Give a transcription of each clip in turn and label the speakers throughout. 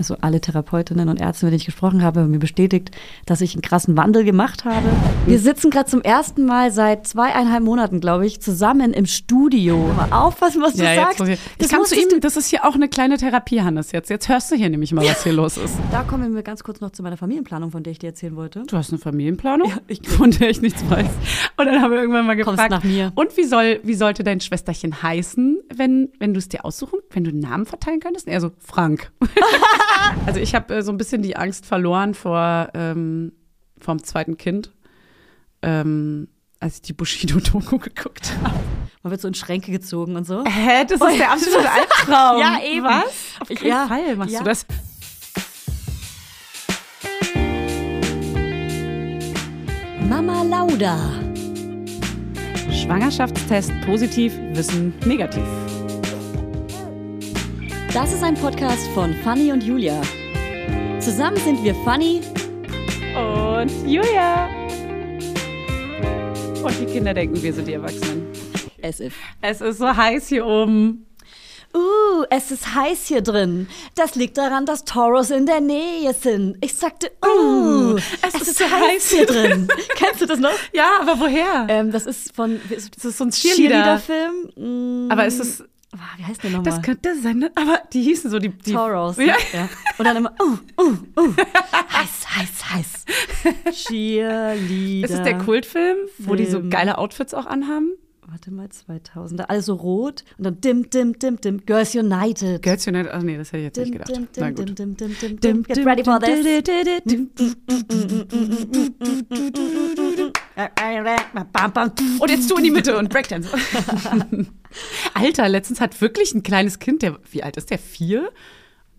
Speaker 1: also alle Therapeutinnen und Ärzte, mit denen ich gesprochen habe, haben mir bestätigt, dass ich einen krassen Wandel gemacht habe. Wir sitzen gerade zum ersten Mal seit zweieinhalb Monaten, glaube ich, zusammen im Studio. Hör auf, was, was du
Speaker 2: Ja, jetzt
Speaker 1: sagst.
Speaker 2: so hier. Ich
Speaker 1: Das
Speaker 2: kann zu
Speaker 1: musstest
Speaker 2: ihm, das ist hier auch eine kleine Therapie, Hannes, jetzt. Jetzt hörst du hier nämlich mal, was hier los ist.
Speaker 1: du- Da kommen wir ganz kurz noch zu meiner Familienplanung, von der ich dir erzählen wollte.
Speaker 2: Du hast eine Familienplanung,
Speaker 1: Ja, ich-
Speaker 2: von der ich nichts weiß. Und dann haben wir irgendwann mal
Speaker 1: Kommst
Speaker 2: gefragt,
Speaker 1: nach mir.
Speaker 2: und wie, soll, wie sollte dein Schwesterchen heißen, wenn, wenn du es dir aussuchen, wenn du einen Namen verteilen könntest? Und Er so, Frank. also ich habe äh, so ein bisschen die Angst verloren vor ähm, vom zweiten Kind, ähm, als ich die Bushido-Doku geguckt habe.
Speaker 1: Man wird so in Schränke gezogen und so.
Speaker 2: Hä, das ist der absolute Albtraum.
Speaker 1: Ja, eben.
Speaker 2: Was? Auf keinen
Speaker 1: Ja,
Speaker 2: Fall machst
Speaker 1: ja.
Speaker 2: du das.
Speaker 1: Mama Lauda.
Speaker 2: Schwangerschaftstest positiv, Wissen negativ.
Speaker 1: Das ist ein Podcast von Fanny und Julia. Zusammen sind wir Fanny.
Speaker 2: Und Julia. Und die Kinder denken, wir sind die Erwachsenen.
Speaker 1: Es ist.
Speaker 2: Es ist so heiß hier oben.
Speaker 1: Uh, es ist heiß hier drin. Das liegt daran, dass Toros in der Nähe sind. Ich sagte, uh,
Speaker 2: Oh,
Speaker 1: es, ist, so heiß hier drin. Kennst du das noch?
Speaker 2: Ja, aber woher?
Speaker 1: Ähm, das ist von
Speaker 2: Das ist so ein Cheerleader.
Speaker 1: Cheerleader-Film. Mm.
Speaker 2: Aber es ist,
Speaker 1: Ah, Wie heißt der nochmal?
Speaker 2: das könnte sein, ne? aber die hießen so die, die
Speaker 1: Toros. ne?
Speaker 2: Ja.
Speaker 1: Ja. Und dann immer, uh, uh, uh. Heiß, heiß, heiß. Cheerleader.
Speaker 2: Ist es der Kultfilm, wo die so
Speaker 1: Film.
Speaker 2: geile Outfits auch anhaben?
Speaker 1: Warte mal, 2000er. Alles so rot. Und dann dim, dim, dim, dim. Girls United.
Speaker 2: Gehört hier nicht? Ach nee, das hätte ich jetzt
Speaker 1: Dim,
Speaker 2: nicht gedacht.
Speaker 1: dim,
Speaker 2: Na
Speaker 1: dim,
Speaker 2: gut.
Speaker 1: dim, dim, dim, dim,
Speaker 2: Dim,
Speaker 1: dim. Get
Speaker 2: dim,
Speaker 1: ready for
Speaker 2: dim,
Speaker 1: this.
Speaker 2: dim, dim, dim, dim. Und jetzt du in die Mitte und Breakdance. Alter, letztens hat wirklich ein kleines Kind, der, wie alt ist der? Vier?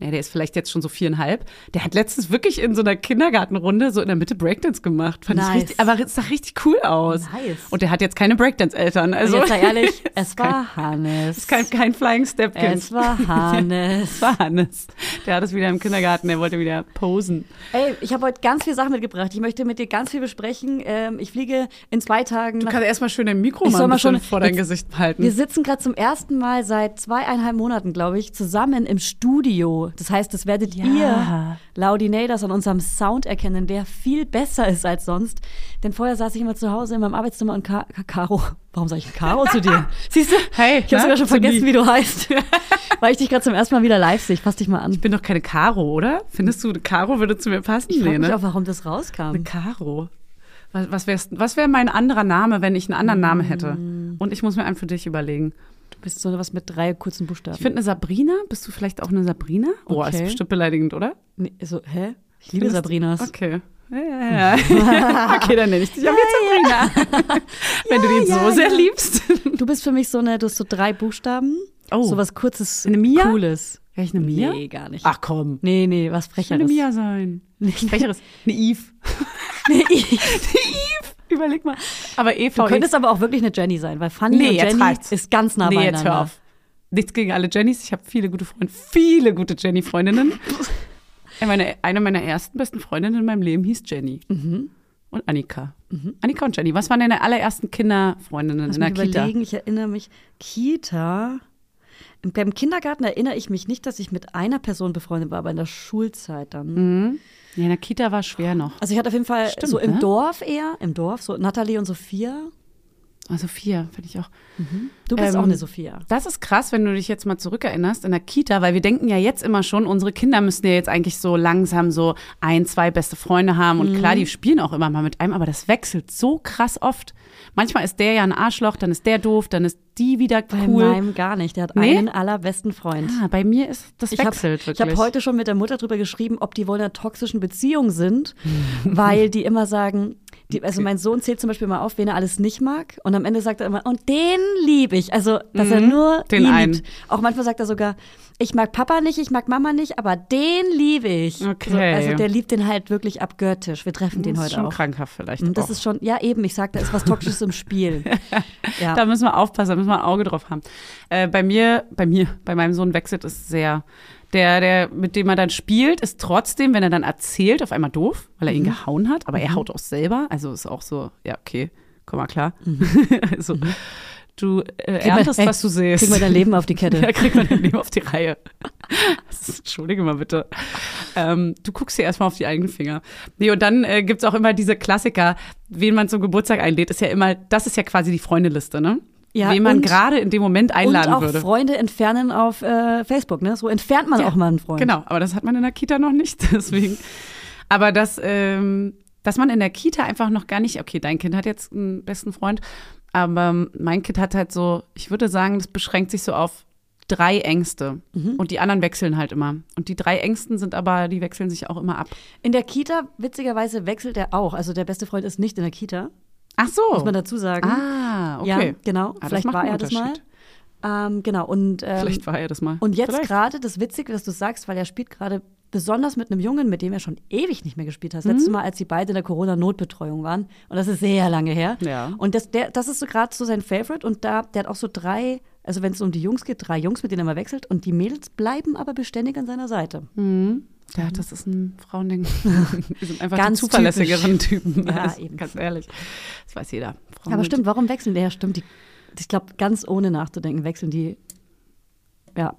Speaker 2: Ne, der ist vielleicht jetzt schon so viereinhalb. Der hat letztens wirklich in so einer Kindergartenrunde so in der Mitte Breakdance gemacht. Fand
Speaker 1: Nice.
Speaker 2: ich richtig, aber es sah richtig cool aus.
Speaker 1: Nice.
Speaker 2: Und der hat jetzt keine Breakdance-Eltern. Also
Speaker 1: Jetzt sei ehrlich, es war Hannes.
Speaker 2: ist kein, kein Flying
Speaker 1: Es
Speaker 2: Step-Kind.
Speaker 1: war Hannes.
Speaker 2: Es war Hannes. Der hat es wieder im Kindergarten, der wollte wieder posen.
Speaker 1: Ey, ich habe heute ganz viel Sachen mitgebracht. Ich möchte mit dir ganz viel besprechen. Ähm, ich fliege in zwei Tagen
Speaker 2: Du
Speaker 1: nach
Speaker 2: kannst erstmal schön dein Mikro
Speaker 1: Ich
Speaker 2: mal
Speaker 1: soll
Speaker 2: ein
Speaker 1: mal
Speaker 2: bisschen
Speaker 1: schon-
Speaker 2: vor dein
Speaker 1: jetzt-
Speaker 2: Gesicht halten.
Speaker 1: Wir sitzen gerade zum ersten Mal seit zweieinhalb Monaten, glaube ich, zusammen im Studio. Das heißt, das werdet ihr, Laudinators, an unserem Sound erkennen, der viel besser ist als sonst. Denn vorher saß ich immer zu Hause in meinem Arbeitszimmer und Ka Ka- Caro, warum sage ich Caro zu dir? Siehst du?
Speaker 2: Hey,
Speaker 1: ich habe
Speaker 2: na,
Speaker 1: sogar schon
Speaker 2: zu
Speaker 1: vergessen,
Speaker 2: nie.
Speaker 1: wie du heißt. Weil ich dich gerade zum ersten Mal wieder live sehe. Ich fass dich mal an.
Speaker 2: Ich bin doch keine Karo, oder? Findest du, Karo würde zu mir passen?
Speaker 1: Ich frag
Speaker 2: nee,
Speaker 1: mich
Speaker 2: ne?
Speaker 1: auch, warum das rauskam.
Speaker 2: Eine Karo. Was, was wäre was wär mein anderer Name, wenn ich einen anderen Namen hätte?
Speaker 1: Mm.
Speaker 2: Und ich muss mir einen für dich überlegen.
Speaker 1: Du bist so was mit drei kurzen Buchstaben.
Speaker 2: Ich finde eine Sabrina. Bist du vielleicht auch eine Sabrina? Oh, ist
Speaker 1: Okay.
Speaker 2: bestimmt beleidigend, oder?
Speaker 1: nee, so, hä? Ich liebe
Speaker 2: Findest-
Speaker 1: Sabrinas.
Speaker 2: Okay. Ja, ja, ja. okay, dann nenne ich dich auch jetzt Sabrina. wenn du den
Speaker 1: Ja,
Speaker 2: so
Speaker 1: ja,
Speaker 2: sehr
Speaker 1: ja.
Speaker 2: liebst.
Speaker 1: Du bist für mich so eine, du hast so drei Buchstaben.
Speaker 2: Oh.
Speaker 1: So was kurzes,
Speaker 2: Eine Mia?
Speaker 1: cooles.
Speaker 2: Wäre ich eine Mia?
Speaker 1: Nee, gar nicht.
Speaker 2: Ach komm.
Speaker 1: Nee, nee, was
Speaker 2: Ich will eine
Speaker 1: Frecheres.
Speaker 2: Mia sein. Welcheres? Eine Eve.
Speaker 1: Nee, ich-
Speaker 2: Überleg mal. Aber Eva
Speaker 1: du
Speaker 2: und
Speaker 1: könntest aber auch wirklich eine Jenny sein, weil Fanny
Speaker 2: Nee,
Speaker 1: und
Speaker 2: jetzt
Speaker 1: Jenny
Speaker 2: reicht's.
Speaker 1: ist ganz nah
Speaker 2: nee,
Speaker 1: beieinander.
Speaker 2: jetzt hör auf. Nichts gegen alle Jennys. Ich habe viele gute Freunde, viele gute Jenny-Freundinnen. Äh, Meine, eine meiner ersten besten Freundinnen in meinem Leben hieß Jenny.
Speaker 1: Mhm.
Speaker 2: Und Annika. Annika und Jenny. Was waren deine allerersten Kinderfreundinnen
Speaker 1: Lass
Speaker 2: in der
Speaker 1: mich
Speaker 2: Kita?
Speaker 1: überlegen, ich erinnere mich, Kita. Im, Im Kindergarten erinnere ich mich nicht, dass ich mit einer Person befreundet war, aber in der Schulzeit dann.
Speaker 2: Ja, in der Kita war schwer noch.
Speaker 1: Also ich hatte auf jeden Fall
Speaker 2: Hm. Stimmt,
Speaker 1: so im
Speaker 2: ne?
Speaker 1: Dorf eher, im Dorf, so Nathalie und Sophia.
Speaker 2: Also vier, finde ich auch.
Speaker 1: Du bist
Speaker 2: Ähm,
Speaker 1: auch eine Sophia.
Speaker 2: Das ist krass, wenn du dich jetzt mal zurückerinnerst in der Kita, weil wir denken ja jetzt immer schon, unsere Kinder müssen ja jetzt eigentlich so langsam so ein, zwei beste Freunde haben und
Speaker 1: Mhm.
Speaker 2: klar, die spielen auch immer mal mit einem, aber das wechselt so krass oft. Manchmal ist der ja ein Arschloch, dann ist der doof, dann ist die wieder
Speaker 1: Bei
Speaker 2: cool.
Speaker 1: meinem gar nicht. Der hat
Speaker 2: Nee?
Speaker 1: einen allerbesten Freund.
Speaker 2: Ah, bei mir ist das
Speaker 1: Ich habe
Speaker 2: wechselt wirklich.
Speaker 1: hab heute schon mit der Mutter drüber geschrieben, ob die wohl in einer toxischen Beziehung sind, weil die immer sagen, die, also mein Sohn zählt zum Beispiel mal auf, wen er alles nicht mag und am Ende sagt er immer, und den liebe ich. Also, dass er nur
Speaker 2: Mhm. den
Speaker 1: ihn
Speaker 2: einen.
Speaker 1: liebt. Auch manchmal sagt er sogar, ich mag Papa nicht, ich mag Mama nicht, aber den liebe ich.
Speaker 2: Okay.
Speaker 1: So, also der liebt den halt wirklich abgöttisch. Wir treffen den
Speaker 2: das
Speaker 1: heute
Speaker 2: ist schon
Speaker 1: auch.
Speaker 2: krankhaft vielleicht.
Speaker 1: Und das
Speaker 2: auch.
Speaker 1: ist schon, ja eben, ich sag, da ist was Toxisches im Spiel. Ja.
Speaker 2: Da müssen wir aufpassen, da müssen wir ein Auge drauf haben. Äh, bei mir, bei mir, bei meinem Sohn wechselt es sehr. Der, der, mit dem er dann spielt, ist trotzdem, wenn er dann erzählt, auf einmal doof, weil
Speaker 1: Mhm.
Speaker 2: er ihn gehauen hat,
Speaker 1: Mhm.
Speaker 2: aber er haut auch selber. Also ist auch so, ja, okay, komm mal klar. also, Du äh, erntest,
Speaker 1: ey,
Speaker 2: was du siehst.
Speaker 1: Krieg mal dein Leben auf die Kette.
Speaker 2: Ja, kriegt man dein Leben auf die Reihe. Das ist- Entschuldige mal bitte. Ähm, du guckst dir erstmal auf die eigenen Finger. Nee, und dann äh, gibt's auch immer diese Klassiker, wen man zum Geburtstag einlädt, ist ja immer, das ist ja quasi die Freundeliste, ne?
Speaker 1: Ja,
Speaker 2: wen man
Speaker 1: und-
Speaker 2: gerade in dem Moment
Speaker 1: Und
Speaker 2: einladen
Speaker 1: auch
Speaker 2: würde.
Speaker 1: Freunde entfernen auf äh, Facebook, ne? So entfernt man
Speaker 2: Ja,
Speaker 1: auch mal einen Freund.
Speaker 2: Genau, aber das hat man in der Kita noch nicht, deswegen. Aber dass, ähm, dass man in der Kita einfach noch gar nicht, okay, dein Kind hat jetzt einen besten Freund, aber mein Kind hat halt so, ich würde sagen, das beschränkt sich so auf drei Ängste.
Speaker 1: Mhm.
Speaker 2: Und die anderen wechseln halt immer. Und die drei Ängsten sind aber, die wechseln sich auch immer ab.
Speaker 1: In der Kita, witzigerweise, wechselt er auch. Also der beste Freund ist nicht in der Kita,
Speaker 2: Ach so.
Speaker 1: muss man dazu sagen.
Speaker 2: Oh. ah,
Speaker 1: Ja,
Speaker 2: okay.
Speaker 1: genau.
Speaker 2: das
Speaker 1: Vielleicht
Speaker 2: macht
Speaker 1: war
Speaker 2: einen
Speaker 1: er das mal.
Speaker 2: Unterschied.
Speaker 1: Ähm, genau, und, ähm,
Speaker 2: Vielleicht war er das mal.
Speaker 1: und jetzt
Speaker 2: Vielleicht.
Speaker 1: gerade, das ist witzig, dass du sagst, weil er spielt gerade besonders mit einem Jungen, mit dem er schon ewig nicht mehr gespielt hat. Das
Speaker 2: Mhm.
Speaker 1: letzte Mal, als sie beide in der Corona-Notbetreuung waren. Und das ist sehr lange her.
Speaker 2: Ja.
Speaker 1: Und das, der, das ist so gerade so sein Favorite. Und da, der hat auch so drei, also wenn es um die Jungs geht, drei Jungs, mit denen er mal wechselt. Und die Mädels bleiben aber beständig an seiner Seite.
Speaker 2: Mhm. Ja, das ist ein Frauending. Wir sind einfach
Speaker 1: Mhm. Ganz
Speaker 2: die zuverlässigeren Typen.
Speaker 1: Ja,
Speaker 2: Also,
Speaker 1: eben.
Speaker 2: Ganz ehrlich. Das weiß jeder. Frauen
Speaker 1: Aber
Speaker 2: sind-
Speaker 1: stimmt, warum wechseln die? Ja, stimmt. Die, ich glaube, ganz ohne nachzudenken wechseln die. Ja,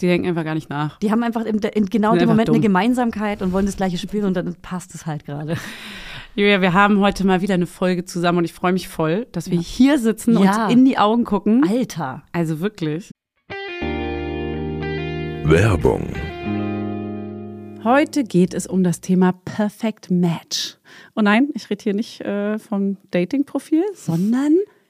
Speaker 2: Die denken einfach gar nicht nach.
Speaker 1: die haben einfach im, in genau
Speaker 2: Sind
Speaker 1: dem
Speaker 2: einfach
Speaker 1: Moment eine
Speaker 2: dumm.
Speaker 1: Gemeinsamkeit und wollen das gleiche spielen und dann passt es halt gerade.
Speaker 2: Julia, wir haben heute mal wieder eine Folge zusammen und ich freue mich voll, dass wir hier sitzen,
Speaker 1: Ja.
Speaker 2: uns in die Augen gucken.
Speaker 1: Alter.
Speaker 2: Also wirklich.
Speaker 3: Werbung.
Speaker 2: Heute geht es um das Thema Perfect Match. Und nein, ich rede hier nicht äh, vom Dating-Profil, sondern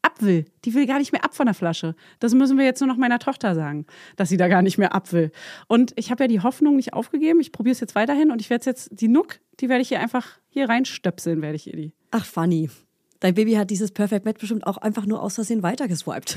Speaker 2: ab will. Die will gar nicht mehr ab von der Flasche. Das müssen wir jetzt nur noch meiner Tochter sagen, dass sie da gar nicht mehr ab will. Und ich habe ja die Hoffnung nicht aufgegeben. Ich probiere es jetzt weiterhin und ich werde jetzt die Nuck, die werde ich hier einfach hier reinstöpseln, werde ich ihr die.
Speaker 4: Ach, funny. Dein Baby hat dieses Perfect Match bestimmt auch einfach nur aus Versehen weitergeswiped.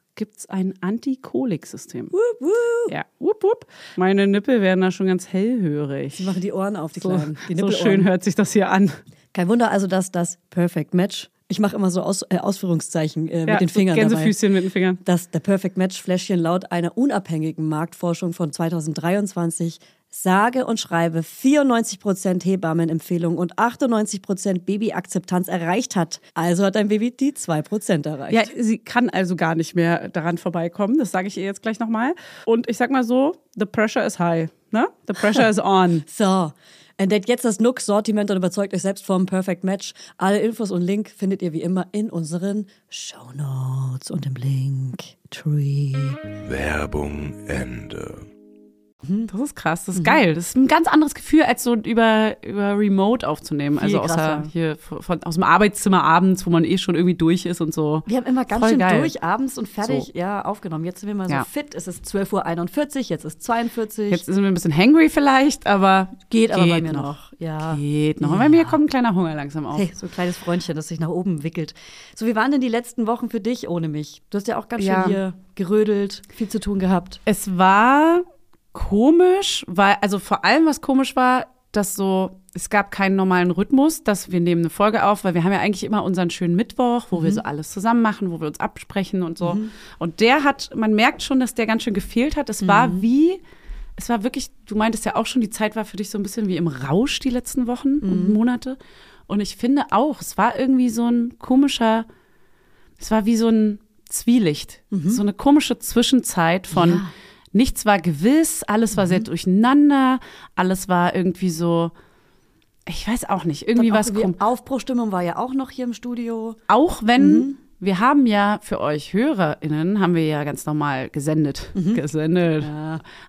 Speaker 2: gibt es ein Antikoliksystem. Ja, wup, wup. Meine Nippel werden da schon ganz hellhörig.
Speaker 4: Die machen die Ohren auf, die
Speaker 2: so,
Speaker 4: Kleinen. Die
Speaker 2: so
Speaker 4: Nippelohren.
Speaker 2: schön hört sich das hier an.
Speaker 4: Kein Wunder also, dass das Perfect Match, ich mache immer so Aus, äh, Ausführungszeichen
Speaker 2: Ja,
Speaker 4: äh, mit den
Speaker 2: so
Speaker 4: Fingern dabei,
Speaker 2: Gänsefüßchen mit den Fingern.
Speaker 4: dass der Perfect Match Fläschchen laut einer unabhängigen Marktforschung von 2023 sage und schreibe 94% Hebammenempfehlung und 98% Babyakzeptanz erreicht hat. Also hat dein Baby die 2% erreicht.
Speaker 2: Ja, sie kann also gar nicht mehr daran vorbeikommen. Das sage ich ihr jetzt gleich nochmal. Und ich sag mal so, the pressure is high. Ne? The pressure is on.
Speaker 4: So, entdeckt jetzt das Nook-Sortiment und überzeugt euch selbst vom Perfect Match. Alle Infos und Link findet ihr wie immer in unseren Show Notes und im Link Tree.
Speaker 3: Werbung Ende.
Speaker 2: Das ist krass, das ist geil. Das ist ein ganz anderes Gefühl, als so über, über Remote aufzunehmen.
Speaker 1: Viel
Speaker 2: also außer
Speaker 1: krasser.
Speaker 2: hier von, aus dem Arbeitszimmer abends, wo man eh schon irgendwie durch ist und so.
Speaker 1: Wir haben immer ganz
Speaker 2: Voll
Speaker 1: schön
Speaker 2: geil.
Speaker 1: durch, abends und fertig,
Speaker 2: So.
Speaker 1: ja, aufgenommen. Jetzt sind wir mal so
Speaker 2: Ja.
Speaker 1: fit. Es ist 12.41 Uhr, jetzt ist 42.
Speaker 2: Jetzt sind wir ein bisschen hangry vielleicht, aber
Speaker 1: geht aber bei mir noch. Ja.
Speaker 2: Geht noch. Und bei mir kommt ein kleiner Hunger langsam auf.
Speaker 1: Hey, so ein kleines Freundchen, das sich nach oben wickelt. So, wie waren denn die letzten Wochen für dich ohne mich? Du hast ja auch ganz
Speaker 2: Ja.
Speaker 1: schön hier gerödelt, viel zu tun gehabt.
Speaker 2: Es war komisch, weil, also vor allem, was komisch war, dass so, es gab keinen normalen Rhythmus, dass wir nehmen eine Folge auf, weil wir haben ja eigentlich immer unseren schönen Mittwoch, wo wir so alles zusammen machen, wo wir uns absprechen und so. Und der hat, man merkt schon, dass der ganz schön gefehlt hat. Es war wie, es war wirklich, du meintest ja auch schon, die Zeit war für dich so ein bisschen wie im Rausch die letzten Wochen und Monate. Und ich finde auch, es war irgendwie so ein komischer, es war wie so ein Zwielicht,
Speaker 1: Mhm.
Speaker 2: so eine komische Zwischenzeit von
Speaker 1: Mhm.
Speaker 2: nichts war gewiss, alles war sehr durcheinander, alles war irgendwie so, Ich weiß auch nicht. Irgendwie
Speaker 1: Dann auch
Speaker 2: was
Speaker 1: wir-
Speaker 2: krumm.
Speaker 1: Aufbruchstimmung war ja auch noch hier im Studio.
Speaker 2: Auch wenn
Speaker 1: Mhm.
Speaker 2: wir haben ja für euch HörerInnen, haben wir ja ganz normal gesendet.
Speaker 1: Mhm.
Speaker 2: Gesendet.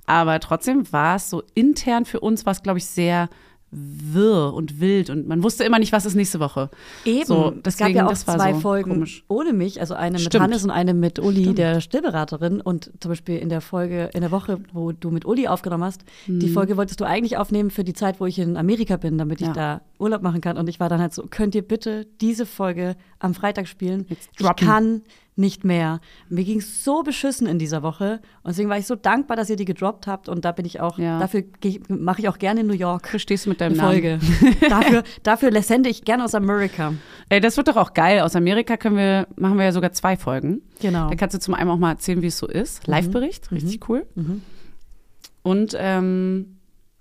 Speaker 2: Aber trotzdem war es so intern für uns, war es, glaube ich, sehr wirr und wild und man wusste immer nicht, was ist nächste Woche.
Speaker 1: Eben,
Speaker 2: So,
Speaker 1: es gab
Speaker 2: deswegen,
Speaker 1: ja auch
Speaker 2: das war
Speaker 1: zwei
Speaker 2: so
Speaker 1: Folgen
Speaker 2: komisch.
Speaker 1: ohne mich, also eine mit
Speaker 2: Stimmt.
Speaker 1: Hannes und eine mit Uli, der Stillberaterin. Und zum Beispiel in der Folge, in der Woche, wo du mit Uli aufgenommen hast, die Folge wolltest du eigentlich aufnehmen für die Zeit, wo ich in Amerika bin, damit ich
Speaker 2: Mhm.
Speaker 1: da
Speaker 2: Ja.
Speaker 1: Urlaub machen kann. Und ich war dann halt so, könnt ihr bitte diese Folge am Freitag spielen?
Speaker 2: Jetzt
Speaker 1: Ich
Speaker 2: droppen.
Speaker 1: kann nicht mehr. Mir ging es so beschissen in dieser Woche. Und deswegen war ich so dankbar, dass ihr die gedroppt habt. Und da bin ich auch,
Speaker 2: Ja.
Speaker 1: dafür geh ich- mache ich auch gerne in New York.
Speaker 2: Verstehst du mit deinem
Speaker 1: Eine
Speaker 2: Namen?
Speaker 1: Folge. dafür, dafür sende ich gerne aus Amerika.
Speaker 2: Ey, das wird doch auch geil. Aus Amerika können wir, machen wir ja sogar zwei Folgen.
Speaker 1: Genau. Mhm.
Speaker 2: Da kannst du zum einen auch mal erzählen, wie es so ist. Live-Bericht, richtig cool. Und ähm,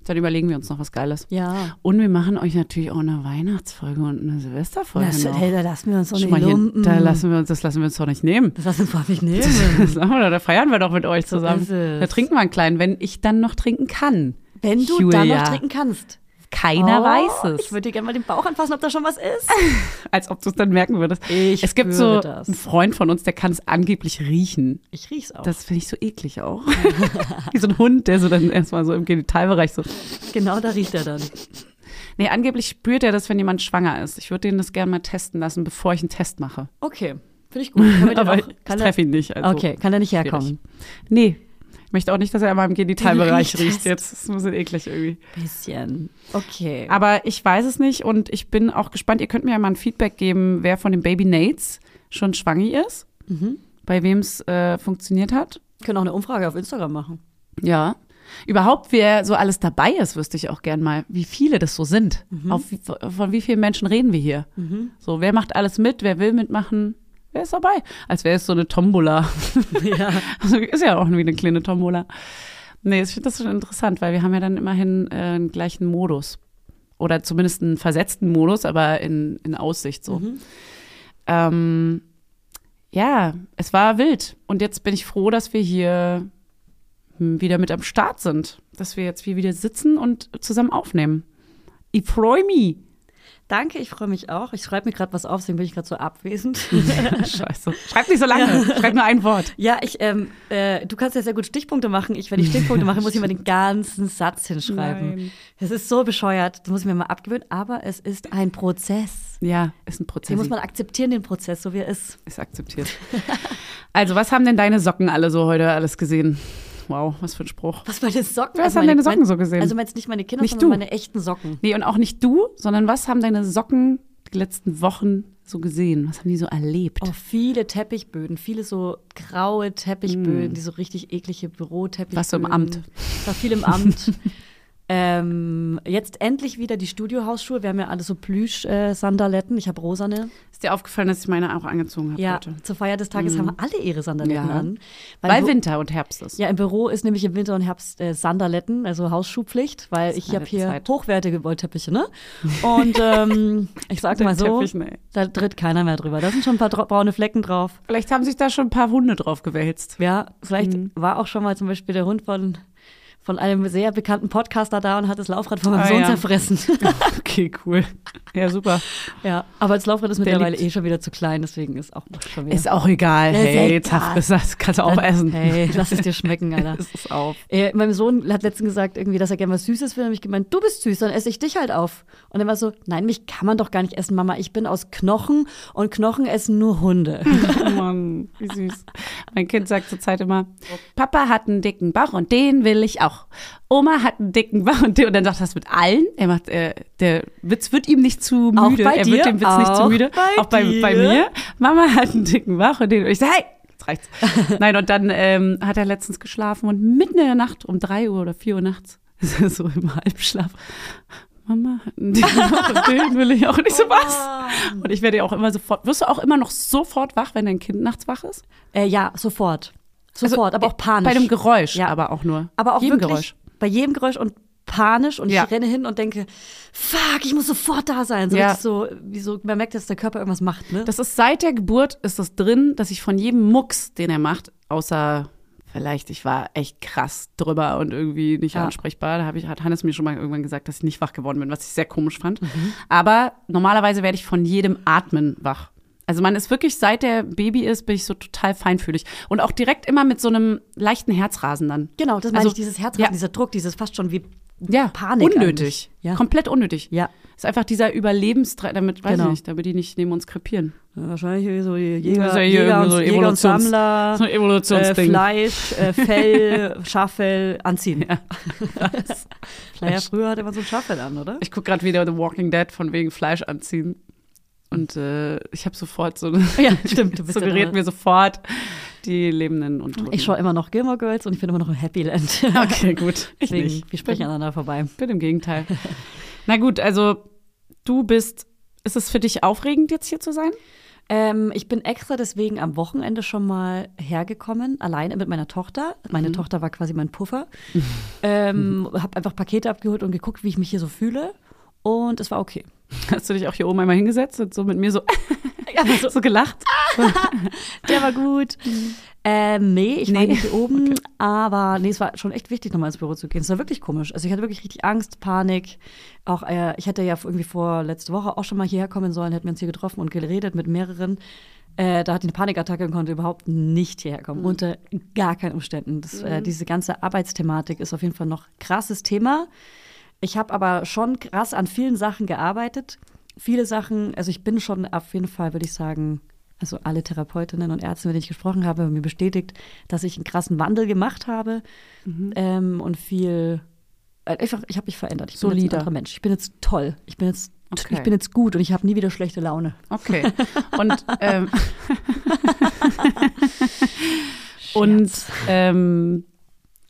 Speaker 2: dann überlegen wir uns noch was Geiles.
Speaker 1: Ja.
Speaker 2: Und wir machen euch natürlich auch eine Weihnachtsfolge und eine Silvesterfolge.
Speaker 1: Das,
Speaker 2: noch.
Speaker 1: hey, da lassen wir uns auch
Speaker 2: Schon
Speaker 1: nicht
Speaker 2: mal genau. hier,
Speaker 1: lumpen.
Speaker 2: da lassen wir uns, das lassen wir uns doch nicht nehmen.
Speaker 1: das lassen wir uns nicht nehmen.
Speaker 2: Das machen wir doch, da feiern wir doch mit euch zusammen.
Speaker 1: Mhm. ist es.
Speaker 2: da trinken wir einen kleinen, wenn ich dann noch trinken kann.
Speaker 1: Wenn du
Speaker 2: Julia.
Speaker 1: dann noch trinken kannst.
Speaker 2: Keiner
Speaker 1: Oh,
Speaker 2: weiß es.
Speaker 1: Ich würde dir gerne mal den Bauch anfassen, ob da schon was ist.
Speaker 2: Als ob du es dann merken würdest.
Speaker 1: Ich
Speaker 2: es gibt
Speaker 1: spüre
Speaker 2: so
Speaker 1: das.
Speaker 2: einen Freund von uns, der kann es angeblich riechen.
Speaker 1: Ich riech's auch.
Speaker 2: Das finde ich so eklig auch. Wie so ein Hund, der so dann erstmal so im Genitalbereich so.
Speaker 1: genau da riecht er dann.
Speaker 2: Nee, angeblich spürt er das, wenn jemand schwanger ist. Ich würde den das gerne mal testen lassen, bevor ich einen Test mache.
Speaker 1: Okay, finde ich gut. Kann man den
Speaker 2: Aber
Speaker 1: auch-
Speaker 2: ich
Speaker 1: kann er-
Speaker 2: treffe ihn nicht. Also
Speaker 1: Okay, kann er nicht
Speaker 2: schwierig.
Speaker 1: herkommen.
Speaker 2: Nee. Ich möchte auch nicht, dass er einmal im Genitalbereich
Speaker 1: Den
Speaker 2: riecht,
Speaker 1: Riechtest.
Speaker 2: jetzt. Das ist ein bisschen eklig irgendwie.
Speaker 1: Bisschen. Okay.
Speaker 2: Aber ich weiß es nicht und ich bin auch gespannt. Ihr könnt mir ja mal ein Feedback geben, wer von den Baby Nates schon schwanger ist,
Speaker 1: Mhm.
Speaker 2: bei wem es äh, funktioniert hat.
Speaker 1: Wir können auch eine Umfrage auf Instagram machen.
Speaker 2: Ja. Überhaupt, wer so alles dabei ist, wüsste ich auch gern mal, wie viele das so sind. Auf, wie- von wie vielen Menschen reden wir hier? So, wer macht alles mit? Wer will mitmachen? Wer ist dabei? Als wäre es so eine Tombola.
Speaker 1: Ja.
Speaker 2: Also ist ja auch irgendwie eine kleine Tombola. Nee, ich finde das schon interessant, weil wir haben ja dann immerhin äh, einen gleichen Modus. Oder zumindest einen versetzten Modus, aber in, in Aussicht so. Ähm, ja, es war wild. Und jetzt bin ich froh, dass wir hier hm, wieder mit am Start sind. Dass wir jetzt hier wieder sitzen und zusammen aufnehmen. Ich freue mich.
Speaker 1: Danke, ich freue mich auch. Ich schreibe mir gerade was auf, deswegen bin ich gerade so abwesend.
Speaker 2: Mhm. Scheiße. Schreib nicht so lange. Schreib nur ein Wort.
Speaker 1: Ja, ich, ähm, äh, du kannst ja sehr gut Stichpunkte machen. Ich, wenn ich Stichpunkte mache, muss ich immer den ganzen Satz hinschreiben.
Speaker 2: Nein.
Speaker 1: Das ist so bescheuert. Das muss ich mir mal abgewöhnen. Aber es ist ein Prozess.
Speaker 2: Ja, ist ein
Speaker 1: Den
Speaker 2: Prozess.
Speaker 1: muss man akzeptieren, den Prozess, so wie er ist.
Speaker 2: Ist akzeptiert. Also, was haben denn deine Socken alle so heute alles gesehen? Wow, was für ein Spruch.
Speaker 1: Was meine Socken?
Speaker 2: Was haben
Speaker 1: meine,
Speaker 2: deine Socken so gesehen?
Speaker 1: Also meinst nicht meine Kinder,
Speaker 2: Nicht
Speaker 1: sondern
Speaker 2: du.
Speaker 1: meine echten Socken.
Speaker 2: Nee, und auch nicht du, sondern was haben deine Socken die letzten Wochen so gesehen? Was haben die so erlebt?
Speaker 1: Oh, viele Teppichböden, viele so graue Teppichböden, die so richtig eklige Büroteppichböden.
Speaker 2: Mm. Warst du im Amt?
Speaker 1: War viel im Amt. ähm, jetzt endlich wieder die Studiohausschuhe. Wir haben ja alle so Plüsch-Sandaletten. Ich habe rosane.
Speaker 2: Ist dir aufgefallen, dass ich meine auch angezogen habe
Speaker 1: Ja,
Speaker 2: heute?
Speaker 1: zur Feier des Tages haben alle ihre Sandaletten
Speaker 2: Mm. Ja.
Speaker 1: an.
Speaker 2: Weil
Speaker 1: wo-
Speaker 2: Winter und Herbst ist.
Speaker 1: Ja, im Büro ist nämlich im Winter und Herbst äh, Sandaletten, also Hausschuhpflicht, weil ich habe
Speaker 2: meine
Speaker 1: hier
Speaker 2: Zeit.
Speaker 1: hochwertige Wollteppiche, ne? Und ähm, ich sag mal so,
Speaker 2: Teppich, ne.
Speaker 1: da tritt keiner mehr drüber. Da sind schon ein paar dra- braune Flecken drauf.
Speaker 2: Vielleicht haben sich da schon ein paar Hunde drauf gewälzt.
Speaker 1: Ja, vielleicht
Speaker 2: Mhm.
Speaker 1: war auch schon mal zum Beispiel der Hund von, von einem sehr bekannten Podcaster da und hat das Laufrad von meinem
Speaker 2: Ah,
Speaker 1: Sohn
Speaker 2: ja.
Speaker 1: zerfressen.
Speaker 2: Okay, cool. Ja, super.
Speaker 1: ja, aber das Laufrad ist
Speaker 2: Der
Speaker 1: mittlerweile
Speaker 2: liebt-
Speaker 1: eh schon wieder zu klein, deswegen ist auch schon wieder.
Speaker 2: Ist auch egal.
Speaker 1: Ist
Speaker 2: Hey,
Speaker 1: egal.
Speaker 2: tough ist das. Kannst du auch essen.
Speaker 1: Hey, lass es dir schmecken, Alter.
Speaker 2: Ist es auf.
Speaker 1: Äh, meinem Sohn hat letztens gesagt, irgendwie, dass er gerne was Süßes will. Und ich gemeint, du bist süß, dann esse ich dich halt auf. Und er war so, nein, mich kann man doch gar nicht essen, Mama. Ich bin aus Knochen und Knochen essen nur Hunde.
Speaker 2: Oh Mann, wie süß. Mein Kind sagt zurzeit immer, Papa hat einen dicken Bauch und den will ich auch. Oma hat einen dicken Bauch und den. Und dann sagt er das mit allen. Er macht, äh, der Witz wird ihm nicht zu
Speaker 1: Auch
Speaker 2: müde.
Speaker 1: bei
Speaker 2: er
Speaker 1: dir?
Speaker 2: wird dem Witz nicht zu
Speaker 1: Auch
Speaker 2: müde.
Speaker 1: bei
Speaker 2: auch bei, bei
Speaker 1: dir?
Speaker 2: mir. Mama hat einen dicken Bauch und den. Und ich sage, hey, jetzt reicht's. Nein, und dann ähm, hat er letztens geschlafen und mitten in der Nacht um drei Uhr oder vier Uhr nachts, so im Halbschlaf, Mama hat einen dicken Bauch und den will ich auch nicht
Speaker 1: Oh
Speaker 2: so was. Und ich werde ja auch immer sofort, wirst du auch immer noch sofort wach, wenn dein Kind nachts wach ist?
Speaker 1: äh, ja, sofort. Sofort, aber auch panisch.
Speaker 2: Also, äh, Bei dem Geräusch,
Speaker 1: Ja.
Speaker 2: aber auch nur.
Speaker 1: aber auch
Speaker 2: jedem
Speaker 1: wirklich
Speaker 2: Geräusch.
Speaker 1: bei jedem Geräusch und panisch und
Speaker 2: Ja.
Speaker 1: ich renne hin und denke, fuck, ich muss sofort da sein. So,
Speaker 2: Ja.
Speaker 1: richtig so, wie so, man merkt, dass der Körper irgendwas macht, ne?
Speaker 2: Das ist seit der Geburt ist das drin, dass ich von jedem Mucks, den er macht, außer vielleicht, ich war echt krass drüber und irgendwie nicht
Speaker 1: Ja.
Speaker 2: ansprechbar. Da hab ich, hat Hannes mir schon mal irgendwann gesagt, dass ich nicht wach geworden bin, was ich sehr komisch fand.
Speaker 1: Mhm.
Speaker 2: Aber normalerweise werde ich von jedem Atmen wach. Also man ist wirklich, seit der Baby ist, bin ich so total feinfühlig. Und auch direkt immer mit so einem leichten Herzrasen dann.
Speaker 1: Genau, das meine
Speaker 2: Also,
Speaker 1: ich, dieses Herzrasen,
Speaker 2: ja.
Speaker 1: dieser Druck, dieses fast schon wie äh,
Speaker 2: Ja,
Speaker 1: Panik.
Speaker 2: unnötig.
Speaker 1: eigentlich. Ja.
Speaker 2: Komplett unnötig.
Speaker 1: Ja.
Speaker 2: Ist einfach dieser Überlebensdrang, damit, weiß
Speaker 1: Genau.
Speaker 2: ich nicht, damit die nicht neben uns krepieren.
Speaker 4: Ja, wahrscheinlich irgendwie so Jäger,
Speaker 2: Das ist ja hier
Speaker 4: Jäger,
Speaker 2: irgendwie
Speaker 4: und,
Speaker 2: so ein
Speaker 4: Jäger und
Speaker 2: Evolutions-
Speaker 4: Sammler,
Speaker 2: so ein Evolutionsding.
Speaker 4: äh, Fleisch, äh, Fell, Schaffell anziehen. Ja. naja, früher hatte man so ein Schaffell an, oder?
Speaker 2: Ich gucke gerade wieder The Walking Dead von wegen Fleisch anziehen. Und äh, ich habe sofort so,
Speaker 1: Ja, stimmt, du bist ja
Speaker 2: suggeriert
Speaker 1: dabei.
Speaker 2: mir sofort die Lebenden und Toten.
Speaker 1: Ich schaue immer noch Gilmore Girls und ich bin immer noch im Happy Land.
Speaker 2: Okay, gut. Ich
Speaker 1: Deswegen,
Speaker 2: nicht.
Speaker 1: wir sprechen aneinander vorbei.
Speaker 2: Bin im Gegenteil. Na gut, also du bist. Ist es für dich aufregend, jetzt hier zu sein?
Speaker 1: Ähm, ich bin extra deswegen am Wochenende schon mal hergekommen, alleine mit meiner Tochter. Meine
Speaker 4: Mhm.
Speaker 1: Tochter war quasi mein Puffer. Ähm, habe einfach Pakete abgeholt und geguckt, wie ich mich hier so fühle. Und es war okay.
Speaker 2: Hast du dich auch hier oben einmal hingesetzt und so mit mir so,
Speaker 1: Ja,
Speaker 2: so, gelacht?
Speaker 1: Der war gut. Ähm, nee, ich war
Speaker 2: Nee.
Speaker 1: nicht hier oben, aber nee, es war schon echt wichtig, nochmal ins Büro zu gehen. Es war wirklich komisch. Also ich hatte wirklich richtig Angst, Panik. Auch äh, ich hätte ja irgendwie vor letzte Woche auch schon mal hierher kommen sollen, hätten wir uns hier getroffen und geredet mit mehreren. Äh, da hatte ich eine Panikattacke und konnte überhaupt nicht hierher kommen. Unter gar keinen Umständen. Das, äh, diese ganze Arbeitsthematik ist auf jeden Fall noch krasses Thema. Ich habe aber schon krass an vielen Sachen gearbeitet. Viele Sachen, also ich bin schon auf jeden Fall, würde ich sagen, also alle Therapeutinnen und Ärzte, mit denen ich gesprochen habe, haben mir bestätigt, dass ich einen krassen Wandel gemacht habe
Speaker 2: Mhm.
Speaker 1: ähm, und viel. äh, Einfach, ich habe mich verändert. Ich bin jetzt
Speaker 2: Solider.
Speaker 1: ein anderer Mensch. Ich bin jetzt toll. Ich bin jetzt,
Speaker 2: Okay.
Speaker 1: ich bin jetzt gut und ich habe nie wieder schlechte Laune.
Speaker 2: Okay. Und, ähm, und ähm,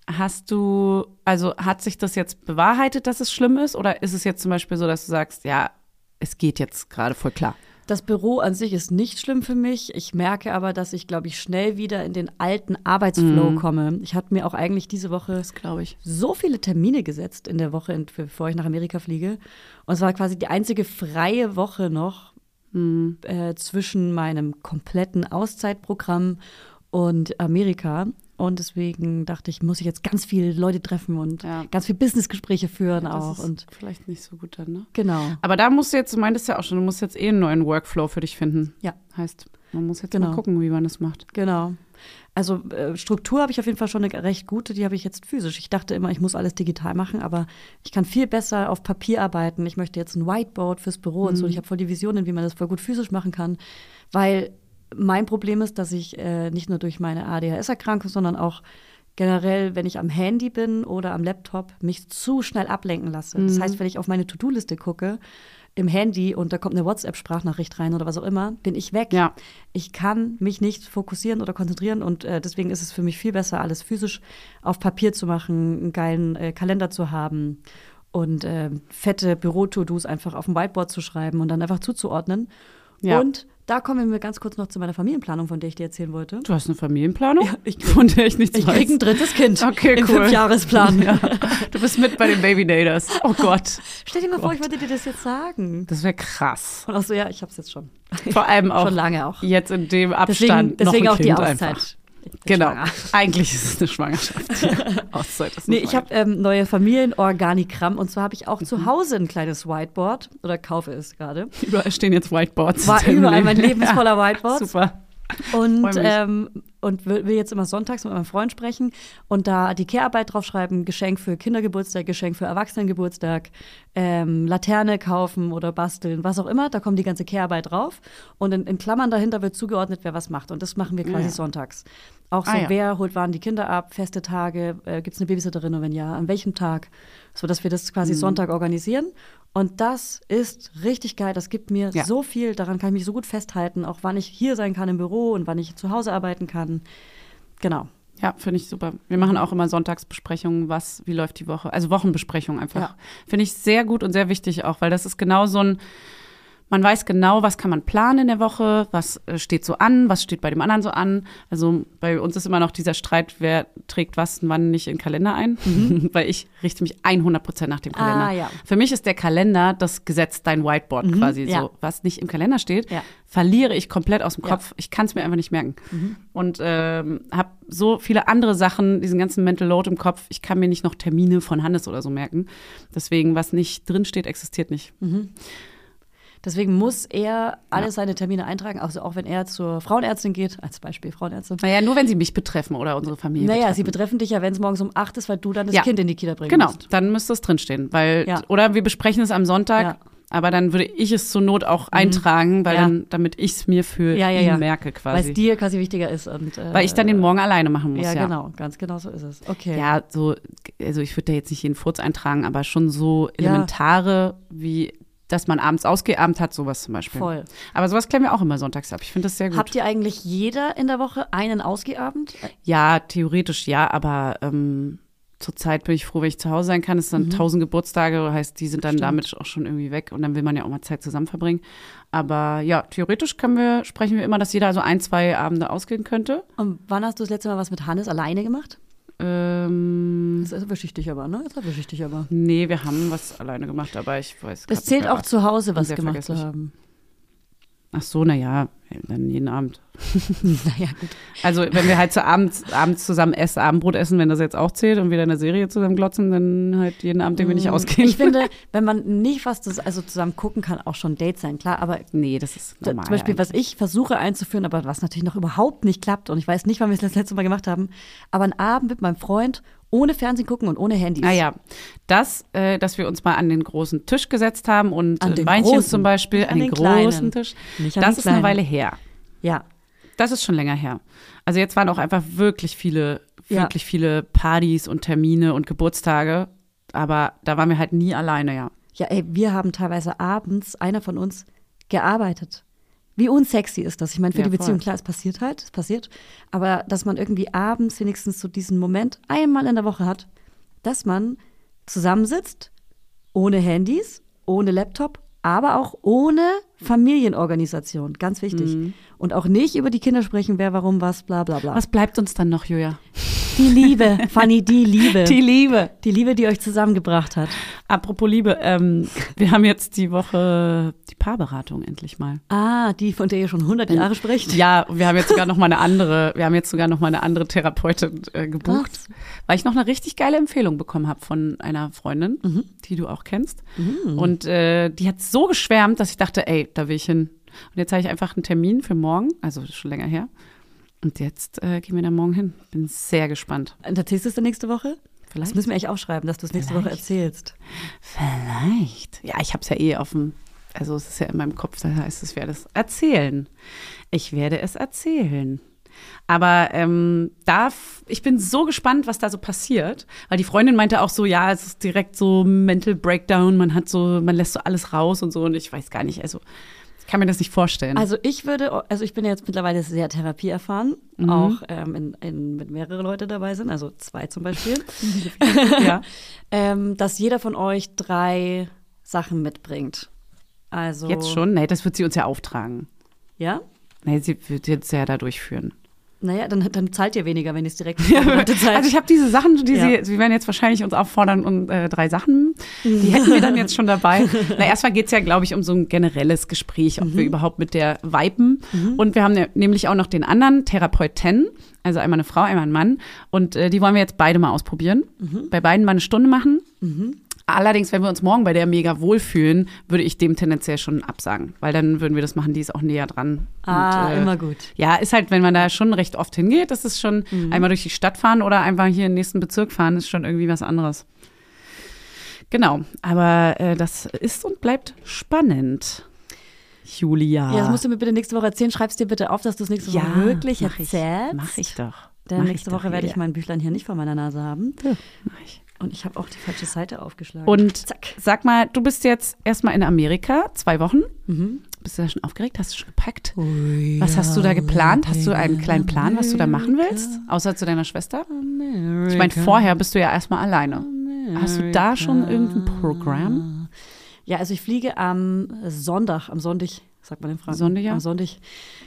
Speaker 2: hast du, also hat sich das jetzt bewahrheitet, dass es schlimm ist? Oder ist es jetzt zum Beispiel so, dass du sagst, ja, es geht jetzt gerade voll klar?
Speaker 1: Das Büro an sich ist nicht schlimm für mich. Ich merke aber, dass ich, glaube ich, schnell wieder in den alten
Speaker 2: Mhm.
Speaker 1: Arbeitsflow komme. Ich hatte mir auch eigentlich diese Woche
Speaker 2: glaube ich.
Speaker 1: so viele Termine gesetzt in der Woche, in- bevor ich nach Amerika fliege. Und es war quasi die einzige freie Woche noch äh, zwischen meinem kompletten Auszeitprogramm und Amerika. Und deswegen dachte ich, muss ich jetzt ganz viele Leute treffen und
Speaker 2: Ja.
Speaker 1: ganz viele Businessgespräche führen
Speaker 2: Das
Speaker 1: auch.
Speaker 2: ist
Speaker 1: Und
Speaker 2: vielleicht nicht so gut dann, ne?
Speaker 1: genau.
Speaker 2: Aber da musst du jetzt, du meintest ja auch schon, du musst jetzt eh einen neuen Workflow für dich finden.
Speaker 1: Ja.
Speaker 2: Heißt, man muss jetzt
Speaker 1: Genau.
Speaker 2: mal gucken, wie man das macht.
Speaker 1: Genau. Also äh, Struktur habe ich auf jeden Fall schon eine recht gute, die habe ich jetzt physisch. Ich dachte immer, ich muss alles digital machen, aber ich kann viel besser auf Papier arbeiten. Ich möchte jetzt ein Whiteboard fürs Büro und so. Ich habe voll die Visionen, wie man das voll gut physisch machen kann, weil mein Problem ist, dass ich äh, nicht nur durch meine ADHS erkranke, sondern auch generell, wenn ich am Handy bin oder am Laptop, mich zu schnell ablenken lasse. Das heißt, wenn ich auf meine To-Do-Liste gucke im Handy und da kommt eine WhatsApp-Sprachnachricht rein oder was auch immer, bin ich weg.
Speaker 2: Ja.
Speaker 1: Ich kann mich nicht fokussieren oder konzentrieren und äh, deswegen ist es für mich viel besser, alles physisch auf Papier zu machen, einen geilen äh, Kalender zu haben und äh, fette Büro-To-Dos einfach auf dem Whiteboard zu schreiben und dann einfach zuzuordnen.
Speaker 2: Ja.
Speaker 1: Und da kommen wir ganz kurz noch zu meiner Familienplanung, von der ich dir erzählen wollte.
Speaker 2: Du hast eine Familienplanung, von der ich nichts
Speaker 1: Ich
Speaker 2: weiß.
Speaker 1: krieg ein drittes Kind
Speaker 2: Okay,
Speaker 1: im
Speaker 2: cool.
Speaker 1: Fünfjahresplan.
Speaker 2: Ja. Du bist mit bei den Babynaders. Oh Gott.
Speaker 1: Stell dir mal vor, ich wollte dir das jetzt sagen.
Speaker 2: Das wäre krass.
Speaker 1: Und auch so, ja, ich hab's jetzt schon.
Speaker 2: Vor allem auch
Speaker 1: Schon lange auch.
Speaker 2: jetzt in dem
Speaker 1: Deswegen,
Speaker 2: Abstand
Speaker 1: deswegen
Speaker 2: noch
Speaker 1: auch
Speaker 2: ein
Speaker 1: die
Speaker 2: kind
Speaker 1: Auszeit.
Speaker 2: Einfach.
Speaker 1: Ich bin
Speaker 2: Genau.
Speaker 1: schwanger.
Speaker 2: Eigentlich ist es eine Schwangerschaft. Ja. Auszeit ist eine
Speaker 1: Nee, ich habe ähm, neue Familienorganigramm und zwar habe ich auch
Speaker 2: Mhm.
Speaker 1: zu Hause ein kleines Whiteboard oder kaufe es gerade.
Speaker 2: Schwangerschaft. überall stehen jetzt Whiteboards.
Speaker 1: War
Speaker 2: in deinem
Speaker 1: überall, mein Leben ist voller Whiteboards.
Speaker 2: Super.
Speaker 1: Und,
Speaker 2: mich.
Speaker 1: ähm, und will will jetzt immer sonntags mit meinem Freund sprechen und da die Care-Arbeit draufschreiben, Geschenk für Kindergeburtstag, Geschenk für Erwachsenengeburtstag, ähm, Laterne kaufen oder basteln, was auch immer. Da kommt die ganze Care-Arbeit drauf und in, in Klammern dahinter wird zugeordnet, wer was macht. Und das machen wir quasi
Speaker 2: ja.
Speaker 1: sonntags. Auch so,
Speaker 2: Ah, ja.
Speaker 1: wer holt wann die Kinder ab, feste Tage, äh, gibt es eine Babysitterin und wenn ja, an welchem Tag, sodass wir das
Speaker 2: Mhm.
Speaker 1: quasi Sonntag organisieren. Und das ist richtig geil. Das gibt mir
Speaker 2: Ja.
Speaker 1: so viel, daran kann ich mich so gut festhalten, auch wann ich hier sein kann im Büro und wann ich zu Hause arbeiten kann. Genau.
Speaker 2: Ja, finde ich super. Wir machen auch immer Sonntagsbesprechungen, was, wie läuft die Woche. Also Wochenbesprechungen einfach.
Speaker 1: Ja.
Speaker 2: Finde ich sehr gut und sehr wichtig auch, weil das ist genau so ein, Man weiß genau, was kann man planen in der Woche, was äh, steht so an, was steht bei dem anderen so an. Also bei uns ist immer noch dieser Streit, wer trägt was und wann nicht in den Kalender ein, weil ich richte mich 100 Prozent nach dem Kalender.
Speaker 1: Mhm. Ah, ja. Mhm.
Speaker 2: Für mich ist der Kalender das Gesetz, dein Whiteboard quasi
Speaker 1: ja.
Speaker 2: so. Was nicht im Kalender steht,
Speaker 1: Ja.
Speaker 2: verliere ich komplett aus dem Kopf. Ich kann es mir einfach nicht merken.
Speaker 1: Mhm.
Speaker 2: Und ähm, habe so viele andere Sachen, diesen ganzen Mental Load im Kopf. Ich kann mir nicht noch Termine von Hannes oder so merken. Deswegen, was nicht drin steht, existiert nicht.
Speaker 1: Mhm. Deswegen muss er alle seine Termine eintragen, also auch wenn er zur Frauenärztin geht, als Beispiel Frauenärztin.
Speaker 2: Naja, nur wenn sie mich betreffen oder unsere Familie.
Speaker 1: Naja,
Speaker 2: betreffen.
Speaker 1: sie betreffen dich ja, wenn es morgens um 8 ist, weil du dann das
Speaker 2: Ja.
Speaker 1: Kind in die Kita bringen
Speaker 2: Genau,
Speaker 1: musst.
Speaker 2: dann müsste es drinstehen. Weil,
Speaker 1: Ja.
Speaker 2: Oder wir besprechen es am Sonntag,
Speaker 1: Ja. Mhm.
Speaker 2: aber dann würde ich es zur Not auch eintragen, weil
Speaker 1: Ja.
Speaker 2: dann, damit ich es mir für
Speaker 1: Ja, ja,
Speaker 2: ihn
Speaker 1: ja.
Speaker 2: merke
Speaker 1: Weil es
Speaker 2: quasi.
Speaker 1: dir quasi wichtiger ist. Und, äh,
Speaker 2: Weil ich dann den Morgen alleine machen muss.
Speaker 1: ja,
Speaker 2: Ja,
Speaker 1: genau, ganz genau so ist es. Okay.
Speaker 2: Ja, so, also ich würde da jetzt nicht jeden Furz eintragen, aber schon so
Speaker 1: Ja.
Speaker 2: elementare wie, dass man abends ausgeabend hat, sowas zum Beispiel.
Speaker 1: Voll.
Speaker 2: Aber sowas klären wir auch immer sonntags ab. Ich finde das sehr gut.
Speaker 1: Habt ihr eigentlich jeder in der Woche einen Ausgehabend?
Speaker 2: ja, theoretisch ja, aber ähm, zurzeit bin ich froh, wenn ich zu Hause sein kann. Es sind
Speaker 1: Mhm.
Speaker 2: dann 1000 Geburtstage, heißt, die sind dann damit auch schon irgendwie weg und dann will man ja auch mal Zeit zusammen verbringen. Aber ja, theoretisch können wir, sprechen wir immer, dass jeder also ein, zwei Abende ausgehen könnte.
Speaker 1: Und wann hast du das letzte Mal was mit Hannes alleine gemacht?
Speaker 2: Ähm,
Speaker 1: Das erwische ich dich aber, ne? Das erwische ich dich aber.
Speaker 2: nee, wir haben was alleine gemacht, aber ich weiß
Speaker 1: Das
Speaker 2: grad
Speaker 1: zählt
Speaker 2: nicht mehr
Speaker 1: auch zu Hause, was
Speaker 2: sehr
Speaker 1: gemacht zu
Speaker 2: vergesslich.
Speaker 1: haben.
Speaker 2: Ach so, na ja, dann jeden Abend.
Speaker 1: Naja, gut.
Speaker 2: Also wenn wir halt zu Abend, abends zusammen essen, Abendbrot essen, wenn das jetzt auch zählt und wieder eine Serie zusammen glotzen, dann halt jeden Abend, den wir nicht ausgehen.
Speaker 1: Mm, Ich finde, wenn man nicht was zus- also zusammen gucken kann, auch schon ein Date sein, klar. Aber
Speaker 2: nee, das ist
Speaker 1: zum
Speaker 2: normal.
Speaker 1: Beispiel, was ich versuche einzuführen, aber was natürlich noch überhaupt nicht klappt und ich weiß nicht, wann wir es das letzte Mal gemacht haben, aber einen Abend mit meinem Freund ohne Fernsehen gucken und ohne Handys.
Speaker 2: Ah ja, das, äh, dass wir uns mal an den großen Tisch gesetzt haben und
Speaker 1: An
Speaker 2: äh,
Speaker 1: den
Speaker 2: Weinchen
Speaker 1: großen,
Speaker 2: zum Beispiel,
Speaker 1: nicht
Speaker 2: an
Speaker 1: an
Speaker 2: den,
Speaker 1: den
Speaker 2: großen
Speaker 1: kleinen.
Speaker 2: Tisch,
Speaker 1: Nicht an
Speaker 2: das
Speaker 1: den
Speaker 2: ist eine
Speaker 1: kleinen.
Speaker 2: Weile her.
Speaker 1: Ja.
Speaker 2: Das ist schon länger her. Also jetzt waren auch einfach wirklich viele,
Speaker 1: Ja.
Speaker 2: wirklich viele Partys und Termine und Geburtstage, aber da waren wir halt nie alleine, ja.
Speaker 1: Ja, ey, wir haben teilweise abends, einer von uns, gearbeitet. Wie unsexy ist das? Ich meine, für
Speaker 2: Ja,
Speaker 1: die Beziehung,
Speaker 2: voll.
Speaker 1: klar, es passiert halt, es passiert. Aber dass man irgendwie abends wenigstens so diesen Moment einmal in der Woche hat, dass man zusammensitzt, ohne Handys, ohne Laptop, aber auch ohne Familienorganisation, ganz wichtig. Und auch nicht über die Kinder sprechen, wer warum was, bla bla bla.
Speaker 2: Mhm. Was bleibt uns dann noch, Julia?
Speaker 1: Die Liebe, Fanny, die Liebe.
Speaker 2: Die
Speaker 1: Die,
Speaker 2: Liebe.
Speaker 1: Liebe, die euch zusammengebracht hat.
Speaker 2: Apropos Liebe, ähm, wir haben jetzt die Woche die Paarberatung endlich mal.
Speaker 1: Ah, die, von der ihr schon 100 Jahre spricht.
Speaker 2: Ja, wir haben jetzt sogar noch mal eine andere, wir haben jetzt sogar noch mal eine andere Therapeutin äh, gebucht, weil ich noch eine richtig geile Empfehlung bekommen habe von einer Freundin, die du auch kennst. Und äh, die hat so geschwärmt, dass ich dachte, ey, da will ich hin. Und jetzt habe ich einfach einen Termin für morgen, also schon länger her. Und jetzt äh, gehen wir da morgen hin. Bin sehr gespannt.
Speaker 1: Und erzählst du es dann nächste Woche? Das
Speaker 2: Vielleicht.
Speaker 1: müssen wir echt aufschreiben, dass du es nächste Woche
Speaker 2: Vielleicht.
Speaker 1: erzählst.
Speaker 2: Vielleicht. Ja, ich habe es ja eh auf dem, also es ist ja in meinem Kopf, da heißt es, ich werde es erzählen. Ich werde es erzählen. Aber ähm, da, f- ich bin so gespannt, was da so passiert, weil die Freundin meinte auch so, ja, es ist direkt so Mental Breakdown, man hat so, man lässt so alles raus und so und ich weiß gar nicht, also ich kann mir das nicht vorstellen.
Speaker 1: Also ich würde, also ich bin ja jetzt mittlerweile sehr therapieerfahren, auch ähm, in, in, wenn mehrere Leute dabei sind, also zwei zum Beispiel,
Speaker 2: ja.
Speaker 1: ähm, dass jeder von euch drei Sachen mitbringt. Also
Speaker 2: Jetzt schon? Nee, das wird sie uns ja auftragen.
Speaker 1: Ja.
Speaker 2: Nee, sie wird jetzt ja da durchführen.
Speaker 1: Naja, dann, dann zahlt ihr weniger, wenn ihr es direkt vorbereitet seid.
Speaker 2: Also ich habe diese Sachen, die
Speaker 1: Ja.
Speaker 2: sie, sie werden jetzt wahrscheinlich uns auffordern um äh, drei Sachen.
Speaker 1: Mhm.
Speaker 2: Die hätten wir dann jetzt schon dabei. Na, erstmal geht's ja, glaube ich, um so ein generelles Gespräch, ob
Speaker 1: Mhm.
Speaker 2: wir überhaupt mit der viben. Und wir haben ne, nämlich auch noch den anderen Therapeuten, also einmal eine Frau, einmal ein Mann. Und äh, die wollen wir jetzt beide mal ausprobieren.
Speaker 1: Mhm.
Speaker 2: Bei beiden mal eine Stunde machen. Allerdings, wenn wir uns morgen bei der mega wohlfühlen, würde ich dem tendenziell schon absagen, weil dann würden wir das machen, die ist auch näher dran. äh,
Speaker 1: Ah, immer gut.
Speaker 2: Ja, ist halt, wenn man da schon recht oft hingeht, das ist schon
Speaker 1: Mhm.
Speaker 2: einmal durch die Stadt fahren oder einfach hier in den nächsten Bezirk fahren, ist schon irgendwie was anderes. Genau, aber äh, das ist und bleibt spannend. Julia.
Speaker 1: ja, das musst du mir bitte nächste Woche erzählen. Schreib's dir bitte auf, dass du es nächste Woche
Speaker 2: Ja,
Speaker 1: wirklich
Speaker 2: mach
Speaker 1: erzählst.
Speaker 2: Ich, mach ich doch.
Speaker 1: Denn
Speaker 2: Mach
Speaker 1: nächste
Speaker 2: doch,
Speaker 1: Woche werde ich
Speaker 2: Julia.
Speaker 1: mein Büchlein hier nicht vor meiner Nase haben.
Speaker 2: Ja, mach ich.
Speaker 1: Und ich habe auch die falsche Seite aufgeschlagen.
Speaker 2: Und
Speaker 1: Zack.
Speaker 2: sag mal, du bist jetzt erstmal in Amerika, zwei Wochen. Bist du da schon aufgeregt? Hast du schon gepackt? Mhm. Was hast du da geplant? Hast du einen kleinen Plan, was du da machen willst? Außer zu deiner Schwester? Ich meine, vorher bist du ja erstmal alleine. Hast du da schon irgendein Programm?
Speaker 1: Ja, also ich fliege am Sonntag, am Sonntag, sagt man in Franken.
Speaker 2: Sonntag, ja.
Speaker 1: Am Sonntag.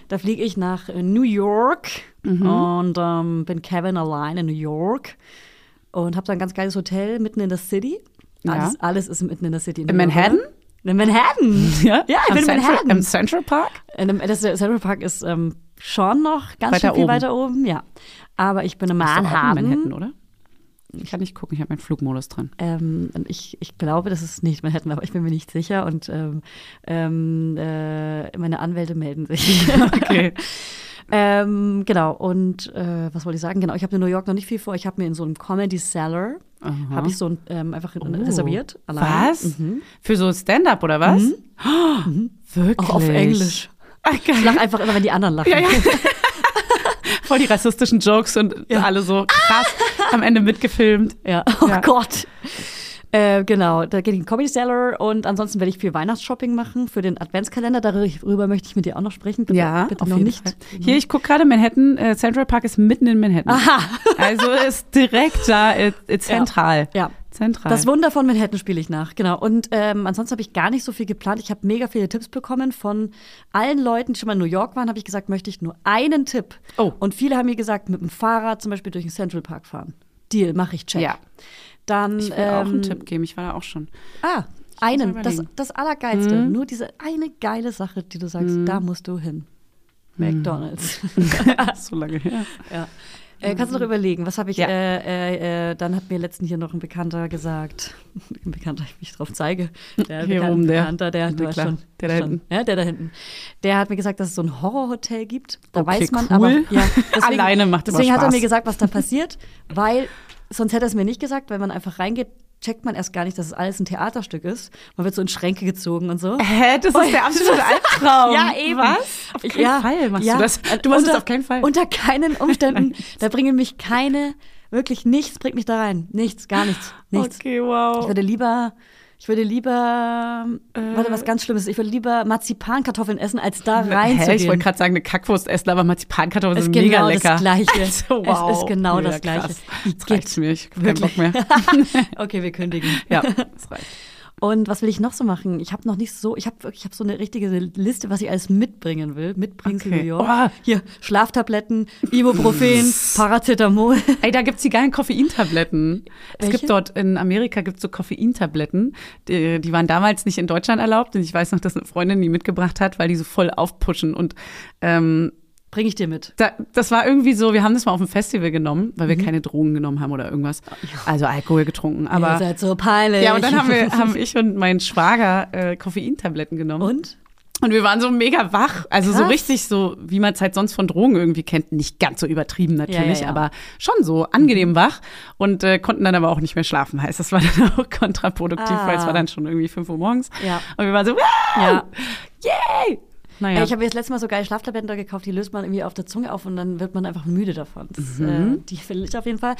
Speaker 1: Da fliege ich nach äh, New York Mhm.
Speaker 2: Mhm. Oh,
Speaker 1: und ähm, bin Kevin allein in New York und habe da ein ganz geiles Hotel mitten in der City.
Speaker 2: Ja.
Speaker 1: Alles, alles ist mitten in der City.
Speaker 2: In Manhattan?
Speaker 1: In Manhattan. ja ich
Speaker 2: Am
Speaker 1: bin in
Speaker 2: Central,
Speaker 1: Manhattan.
Speaker 2: Im Central Park?
Speaker 1: In dem, das Central Park ist ähm, schon noch ganz
Speaker 2: Weiter
Speaker 1: schön viel
Speaker 2: oben.
Speaker 1: weiter oben, ja. Aber ich bin in
Speaker 2: Ist doch auch in
Speaker 1: Manhattan.
Speaker 2: Manhattan, oder? Ich kann nicht gucken, ich habe meinen Flugmodus dran.
Speaker 1: Ähm, und ich, ich glaube, das ist nicht Manhattan, aber ich bin mir nicht sicher. Und ähm, ähm, äh, meine Anwälte melden sich.
Speaker 2: Okay.
Speaker 1: ähm, genau, und äh, was wollte ich sagen? Genau, ich habe in New York noch nicht viel vor. Ich habe mir in so einem Comedy Cellar, habe ich so ein, ähm, einfach reserviert. Allein. Mhm.
Speaker 2: Was? Für so Stand-up oder was? Oh, Wirklich?
Speaker 1: Auch auf Englisch.
Speaker 2: Ah, geil.
Speaker 1: Ich lache einfach immer, wenn die anderen lachen.
Speaker 2: Ja, ja. Voll die rassistischen Jokes und alle so krass am Ende mitgefilmt.
Speaker 1: Ja, oh
Speaker 2: Ja.
Speaker 1: Gott. Äh, genau, da geht in den Comedy Cellar und ansonsten werde ich viel Weihnachtsshopping machen für den Adventskalender. Darüber möchte ich mit dir auch noch sprechen. Bitte, bitte noch nicht.
Speaker 2: Hier, ich gucke gerade Manhattan. Äh, Central Park ist mitten in Manhattan.
Speaker 1: Aha.
Speaker 2: Also ist direkt da, äh, äh, zentral.
Speaker 1: Ja.
Speaker 2: Zentral.
Speaker 1: Das Wunder von Manhattan spiele ich nach, genau. Und ähm, ansonsten habe ich gar nicht so viel geplant. Ich habe mega viele Tipps bekommen von allen Leuten, die schon mal in New York waren. Habe ich gesagt, möchte ich nur einen Tipp.
Speaker 2: Oh.
Speaker 1: Und viele haben mir gesagt, mit dem Fahrrad zum Beispiel durch den Central Park fahren. Deal, mache ich check.
Speaker 2: Ja.
Speaker 1: Dann
Speaker 2: ich will
Speaker 1: ähm,
Speaker 2: auch einen Tipp geben, ich war da auch schon.
Speaker 1: Ah, einen,
Speaker 2: mal
Speaker 1: das,
Speaker 2: überlegen. Mhm.
Speaker 1: das Allergeilste. Nur diese eine geile Sache, die du sagst, da musst du hin.
Speaker 2: Mhm.
Speaker 1: McDonalds.
Speaker 2: so lange her.
Speaker 1: ja. Äh, kannst du noch überlegen, was habe ich,
Speaker 2: Mhm. Ja.
Speaker 1: äh, äh, äh, dann hat mir letzten hier noch ein Bekannter gesagt, ein Bekannter, ich mich drauf zeige, der
Speaker 2: Hier
Speaker 1: Bekan-
Speaker 2: oben, der.
Speaker 1: Bekannter, der,
Speaker 2: Na
Speaker 1: du weißt
Speaker 2: klar,
Speaker 1: schon,
Speaker 2: der da
Speaker 1: schon,
Speaker 2: hinten.
Speaker 1: Ja, der da hinten, der hat mir gesagt, dass es so ein Horrorhotel gibt, da
Speaker 2: Okay,
Speaker 1: weiß man,
Speaker 2: cool.
Speaker 1: aber ja,
Speaker 2: Alleine macht immer
Speaker 1: deswegen hat er
Speaker 2: Spaß.
Speaker 1: mir gesagt, was da passiert, weil sonst hätte er es mir nicht gesagt, wenn man einfach reingeht, checkt man erst gar nicht, dass es alles ein Theaterstück ist, man wird so in Schränke gezogen und so.
Speaker 2: Hä, das ist der absolute Albtraum.
Speaker 1: Ja, eben.
Speaker 2: Was? Auf keinen
Speaker 1: ja,
Speaker 2: Fall machst
Speaker 1: ja. Äh,
Speaker 2: du das. Du machst
Speaker 1: unter,
Speaker 2: das auf keinen Fall.
Speaker 1: Unter keinen Umständen. da bringen mich keine, wirklich nichts bringt mich da rein. Nichts, gar nichts. Nichts.
Speaker 2: Oh, Okay,
Speaker 1: Ich
Speaker 2: wow.
Speaker 1: würde lieber, ich würde lieber, warte, was ganz Schlimmes, ich würde lieber Marzipankartoffeln essen, als da
Speaker 2: Äh. Hä, ich wollte
Speaker 1: reinzugehen.
Speaker 2: gerade sagen, eine Kackwurst essen, aber Marzipankartoffeln
Speaker 1: Es
Speaker 2: sind
Speaker 1: ist
Speaker 2: mega
Speaker 1: genau
Speaker 2: lecker.
Speaker 1: das Gleiche.
Speaker 2: Also, wow.
Speaker 1: Es ist genau
Speaker 2: Mega
Speaker 1: das Gleiche.
Speaker 2: krass.
Speaker 1: Igitt.
Speaker 2: Das reicht mir, ich hab keinen Bock mehr.
Speaker 1: okay, wir kündigen.
Speaker 2: Ja, das reicht.
Speaker 1: Und was will ich noch so machen? Ich habe noch nicht so, ich habe ich hab so eine richtige Liste, was ich alles mitbringen will. Mitbringen
Speaker 2: Okay.
Speaker 1: in New York.
Speaker 2: Oh.
Speaker 1: Hier, Schlaftabletten, Ibuprofen, Paracetamol.
Speaker 2: Ey, da gibt's die geilen Koffeintabletten. Es
Speaker 1: Welche?
Speaker 2: gibt dort in Amerika gibt's so Koffeintabletten, die, die waren damals nicht in Deutschland erlaubt. Und ich weiß noch, dass eine Freundin die mitgebracht hat, weil die so voll aufputschen. Und ähm,
Speaker 1: Bring ich dir mit.
Speaker 2: da, das war irgendwie so, wir haben das mal auf dem Festival genommen, weil wir keine Drogen genommen haben oder irgendwas. Also Alkohol getrunken.
Speaker 1: Ihr
Speaker 2: Aber
Speaker 1: seid so peinlich.
Speaker 2: ja, und dann haben, wir, haben ich und mein Schwager äh, Koffeintabletten genommen.
Speaker 1: Und?
Speaker 2: Und wir waren so mega wach. Also so
Speaker 1: Krass.
Speaker 2: richtig so, wie man es halt sonst von Drogen irgendwie kennt. Nicht ganz so übertrieben natürlich,
Speaker 1: Ja, Mhm. ja, ja.
Speaker 2: aber schon so angenehm wach. Und äh, konnten dann aber auch nicht mehr schlafen. Heißt, das war dann auch kontraproduktiv,
Speaker 1: Ah.
Speaker 2: weil es war dann schon irgendwie 5 Uhr morgens.
Speaker 1: Ja.
Speaker 2: Und wir waren so, wow,
Speaker 1: Ja.
Speaker 2: yay! Naja,
Speaker 1: Ey, Ich habe mir das letzte Mal so geile Schlaftabletten da gekauft, die löst man irgendwie auf der Zunge auf und dann wird man einfach müde davon. Das, äh, die will ich auf jeden Fall.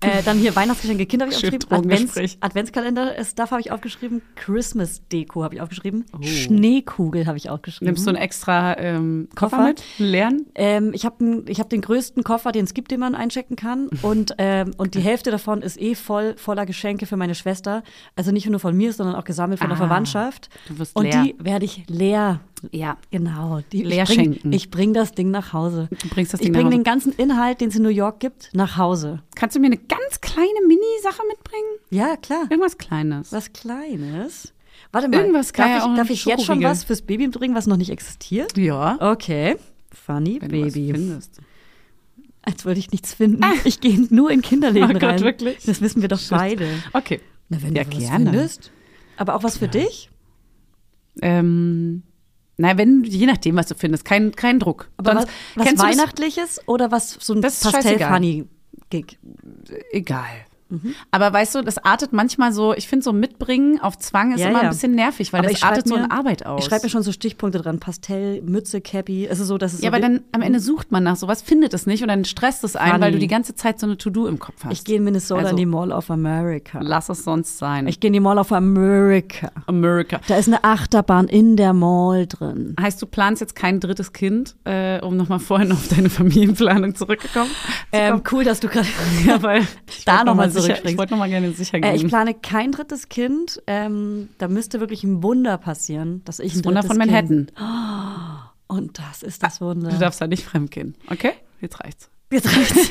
Speaker 1: Äh, dann hier Weihnachtsgeschenke, Kinder habe ich
Speaker 2: Schön
Speaker 1: aufgeschrieben.
Speaker 2: Drogengespräch.
Speaker 1: Adventskalender, äh, Stuff habe ich aufgeschrieben. Christmas-Deko habe ich aufgeschrieben. Schneekugel habe ich auch geschrieben.
Speaker 2: nimmst du einen extra ähm, Koffer,
Speaker 1: Mhm. Koffer?
Speaker 2: mit, einen leeren?
Speaker 1: Ähm, ich habe ich hab den größten Koffer, den es gibt, den man einchecken kann. Und, ähm, und die Hälfte davon ist eh voll voller Geschenke für meine Schwester. Also nicht nur von mir, sondern auch gesammelt von der
Speaker 2: Ah,
Speaker 1: Verwandtschaft.
Speaker 2: du wirst
Speaker 1: und
Speaker 2: leer.
Speaker 1: die werde ich leer.
Speaker 2: Ja.
Speaker 1: Genau. Die,
Speaker 2: Leer
Speaker 1: ich bring,
Speaker 2: schenken.
Speaker 1: Ich bringe das Ding nach Hause.
Speaker 2: Du bringst das
Speaker 1: ich
Speaker 2: Ding
Speaker 1: bringe
Speaker 2: nach Hause.
Speaker 1: den ganzen Inhalt, den es in New York gibt, nach Hause.
Speaker 2: Kannst du mir eine ganz kleine Mini-Sache mitbringen?
Speaker 1: Ja, klar.
Speaker 2: Irgendwas Kleines.
Speaker 1: Was Kleines. Warte mal.
Speaker 2: Irgendwas kann ja
Speaker 1: darf
Speaker 2: auch ein
Speaker 1: ich, darf ich jetzt schon
Speaker 2: Schokoriegel.
Speaker 1: was fürs Baby bringen, was noch nicht existiert?
Speaker 2: Ja,
Speaker 1: Okay. Funny
Speaker 2: wenn du was
Speaker 1: Baby.
Speaker 2: findest.
Speaker 1: Als wollte ich nichts finden. Ich gehe nur in Kinderläden
Speaker 2: Oh Gott,
Speaker 1: rein.
Speaker 2: wirklich?
Speaker 1: Das wissen wir doch beide.
Speaker 2: Okay.
Speaker 1: Na, wenn
Speaker 2: Ja,
Speaker 1: du was
Speaker 2: gerne.
Speaker 1: findest. Aber auch was für dich?
Speaker 2: Ähm, na, wenn, je nachdem, was du findest. Kein, kein Druck.
Speaker 1: Aber
Speaker 2: Sonst-
Speaker 1: was, was
Speaker 2: kennst du das?
Speaker 1: Weihnachtliches oder was so ein
Speaker 2: Das ist scheißegal.
Speaker 1: Pastell-Funny-Gig?
Speaker 2: Egal.
Speaker 1: Mhm.
Speaker 2: Aber weißt du, das artet manchmal so, ich finde so mitbringen auf Zwang ist
Speaker 1: Ja,
Speaker 2: immer
Speaker 1: ja.
Speaker 2: ein bisschen nervig, weil
Speaker 1: Aber
Speaker 2: das
Speaker 1: ich schreib
Speaker 2: artet so
Speaker 1: mir-
Speaker 2: in Arbeit aus.
Speaker 1: Ich schreibe mir schon so Stichpunkte dran. Pastell, Mütze, Cappy. Also so, dass es
Speaker 2: ja,
Speaker 1: so
Speaker 2: aber dann am Ende sucht man nach sowas, findet es nicht und dann stresst es einen,
Speaker 1: Funny.
Speaker 2: weil du die ganze Zeit so eine To-Do im Kopf hast.
Speaker 1: Ich gehe in Minnesota
Speaker 2: Also-
Speaker 1: in die Mall of America.
Speaker 2: Lass es sonst sein.
Speaker 1: Ich gehe in die Mall of America.
Speaker 2: America.
Speaker 1: Da ist eine Achterbahn in der Mall drin.
Speaker 2: Heißt, du planst jetzt kein drittes Kind, äh, um nochmal vorhin auf deine Familienplanung zurückgekommen?
Speaker 1: Ähm, cool, dass du gerade.
Speaker 2: ja, weil
Speaker 1: da nochmal
Speaker 2: Ich
Speaker 1: zurückspringst.
Speaker 2: wollte nochmal gerne sicher gehen.
Speaker 1: Äh, ich plane kein drittes Kind. Ähm, da müsste wirklich ein Wunder passieren, dass ich ein
Speaker 2: das Wunder
Speaker 1: drittes
Speaker 2: von Manhattan.
Speaker 1: Kind. Und das ist das Wunder.
Speaker 2: Du darfst da nicht fremdgehen. Okay? Jetzt reicht's.
Speaker 1: Jetzt reicht's.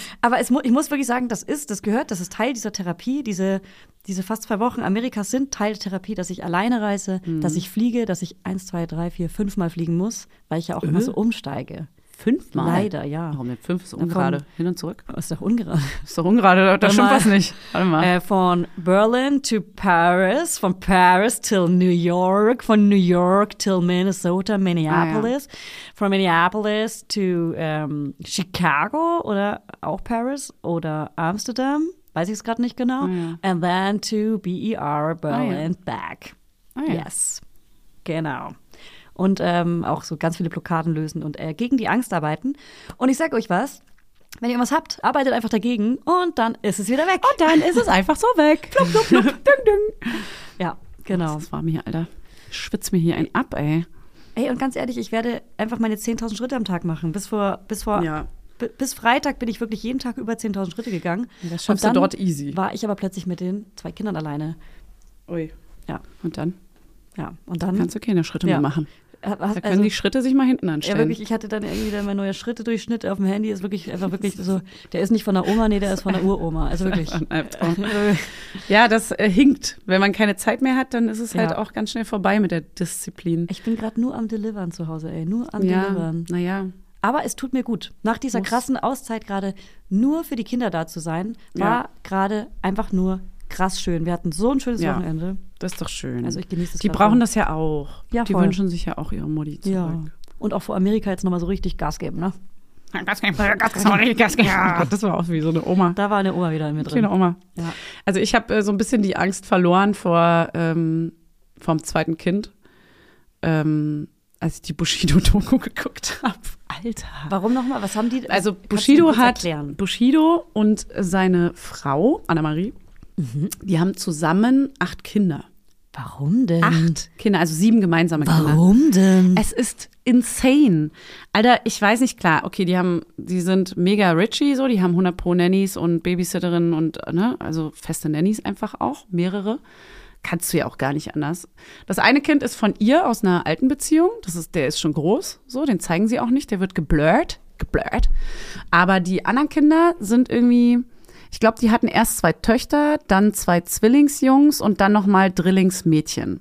Speaker 1: Aber es mu ich muss wirklich sagen, das ist, das gehört, das ist Teil dieser Therapie. Diese, diese fast zwei Wochen Amerikas sind Teil der Therapie, dass ich alleine reise, dass ich fliege, dass ich eins, zwei, drei, vier, fünfmal fliegen muss, weil ich ja auch immer so umsteige.
Speaker 2: Fünfmal?
Speaker 1: Leider, ja.
Speaker 2: Warum denn? Fünf ist
Speaker 1: Dann
Speaker 2: ungerade.
Speaker 1: kommen-
Speaker 2: Hin und zurück.
Speaker 1: Ist doch ungerade.
Speaker 2: Ist doch ungerade, da- da
Speaker 1: Warte
Speaker 2: stimmt
Speaker 1: mal.
Speaker 2: was nicht. Warte mal.
Speaker 1: Äh, von Berlin to Paris, von Paris till New York, von New York till Minnesota,
Speaker 2: Ah,
Speaker 1: Minneapolis, von Minneapolis to ähm, Chicago oder auch Paris oder Amsterdam, weiß ich es gerade nicht
Speaker 2: Ah,
Speaker 1: genau. And then to BER, Berlin, back.
Speaker 2: Ah ja.
Speaker 1: Yes. Genau. Und ähm, auch so ganz viele Blockaden lösen und äh, gegen die Angst arbeiten. Und ich sag euch was, wenn ihr irgendwas habt, arbeitet einfach dagegen und dann ist es wieder weg.
Speaker 2: Und dann ist es einfach so weg. Flup, flup, flup. Ding, ding.
Speaker 1: Ja, genau.
Speaker 2: Das ist warm hier, Alter. Schwitzt mir hier ein ab, ey.
Speaker 1: Ey, und ganz ehrlich, ich werde einfach meine 10.000 Schritte am Tag machen. Bis vor, bis vor,
Speaker 2: Ja.
Speaker 1: bi- bis Freitag bin ich wirklich jeden Tag über 10.000 Schritte gegangen.
Speaker 2: das schaffst
Speaker 1: Und
Speaker 2: du
Speaker 1: dann
Speaker 2: dort eh. easy.
Speaker 1: War ich aber plötzlich mit den zwei Kindern alleine.
Speaker 2: Ui.
Speaker 1: Ja,
Speaker 2: Und dann
Speaker 1: ja. Und dann.
Speaker 2: kannst du keine Schritte
Speaker 1: Ja.
Speaker 2: mehr machen.
Speaker 1: Äh, was-
Speaker 2: Da können
Speaker 1: also-
Speaker 2: die Schritte sich mal hinten
Speaker 1: Ja,
Speaker 2: anstellen.
Speaker 1: wirklich, ich hatte dann irgendwie dann mein neuer Schrittedurchschnitt auf dem Handy, ist wirklich einfach wirklich so, der ist nicht von der Oma, nee, der ist von der Uroma. Also wirklich.
Speaker 2: Ein Albtraum. ja, das äh, hinkt. Wenn man keine Zeit mehr hat, dann ist es halt
Speaker 1: Ja.
Speaker 2: auch ganz schnell vorbei mit der Disziplin.
Speaker 1: Ich bin gerade nur am Delivern zu Hause, ey. Nur am
Speaker 2: Ja,
Speaker 1: Delivern.
Speaker 2: naja.
Speaker 1: Aber es tut mir gut. Nach dieser
Speaker 2: Muss.
Speaker 1: krassen Auszeit gerade nur für die Kinder da zu sein, war
Speaker 2: Ja.
Speaker 1: gerade einfach nur krass schön. Wir hatten so ein schönes
Speaker 2: Ja.
Speaker 1: Wochenende.
Speaker 2: Das ist doch schön.
Speaker 1: Also ich genieße es
Speaker 2: Die
Speaker 1: gerade.
Speaker 2: brauchen das ja auch.
Speaker 1: Ja,
Speaker 2: die
Speaker 1: voll.
Speaker 2: wünschen sich ja auch ihre Mutti zurück.
Speaker 1: Ja. Und auch vor Amerika jetzt nochmal so richtig Gas geben, ne?
Speaker 2: Gas geben, Gas geben, sorry, Gas geben. Ja, das war auch wie so eine Oma.
Speaker 1: Da war eine Oma wieder in mir drin.
Speaker 2: Kleine Oma.
Speaker 1: Ja.
Speaker 2: Also ich habe äh, so ein bisschen die Angst verloren vor ähm, vom zweiten Kind, ähm, als ich die Bushido-Doku geguckt habe. Alter.
Speaker 1: Warum nochmal? Was haben die?
Speaker 2: Also
Speaker 1: kannst du mir
Speaker 2: Bushido
Speaker 1: kurz
Speaker 2: hat
Speaker 1: Erklären?
Speaker 2: Bushido und seine Frau Annemarie,
Speaker 1: Mhm.
Speaker 2: die haben zusammen acht Kinder.
Speaker 1: Warum denn?
Speaker 2: Acht Kinder, also sieben gemeinsame Kinder.
Speaker 1: Warum denn?
Speaker 2: Es ist insane. Alter, ich weiß nicht, klar, okay, die haben, die sind mega richy, so, die haben 100 pro Nannies und Babysitterinnen und, ne, also feste Nannies einfach auch, mehrere. Kannst du ja auch gar nicht anders. Das eine Kind ist von ihr aus einer alten Beziehung, das ist, der ist schon groß, so, den zeigen sie auch nicht, der wird geblurrt, geblurrt. Aber die anderen Kinder sind irgendwie, ich glaube, die hatten erst zwei Töchter, dann zwei Zwillingsjungs und dann nochmal Drillingsmädchen.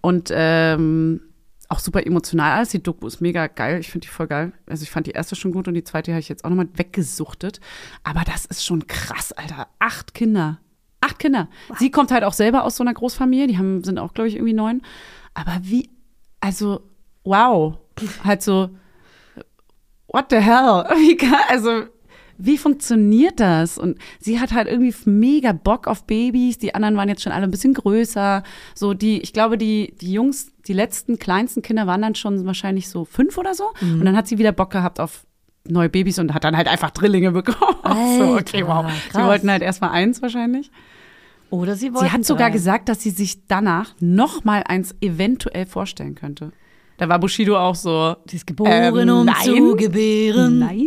Speaker 2: Und ähm, auch super emotional alles. Die Doku ist mega geil. Ich finde die voll geil. Also ich fand die erste schon gut und die zweite habe ich jetzt auch nochmal weggesuchtet. Aber das ist schon krass, Alter. Acht Kinder. Acht Kinder. Sie kommt halt auch selber aus so einer Großfamilie. Die haben, sind auch, glaube ich, irgendwie neun. Aber wie, also, wow. Halt so, what the hell? Wie kann, also, wie funktioniert das? Und sie hat halt irgendwie mega Bock auf Babys. Die anderen waren jetzt schon alle ein bisschen größer. So die, ich glaube, die, die Jungs, die letzten kleinsten Kinder waren dann schon wahrscheinlich so fünf oder so. Und dann hat sie wieder Bock gehabt auf neue Babys und hat dann halt einfach Drillinge bekommen. so, okay,
Speaker 1: Alter,
Speaker 2: wow. Sie
Speaker 1: krass.
Speaker 2: wollten halt erstmal eins wahrscheinlich.
Speaker 1: Oder sie wollten
Speaker 2: Sie hat sogar
Speaker 1: drei.
Speaker 2: gesagt, dass sie sich danach noch mal eins eventuell vorstellen könnte. Da war Bushido auch so.
Speaker 1: Sie ist geboren,
Speaker 2: ähm,
Speaker 1: um
Speaker 2: nein.
Speaker 1: zu gebären.
Speaker 2: Nein.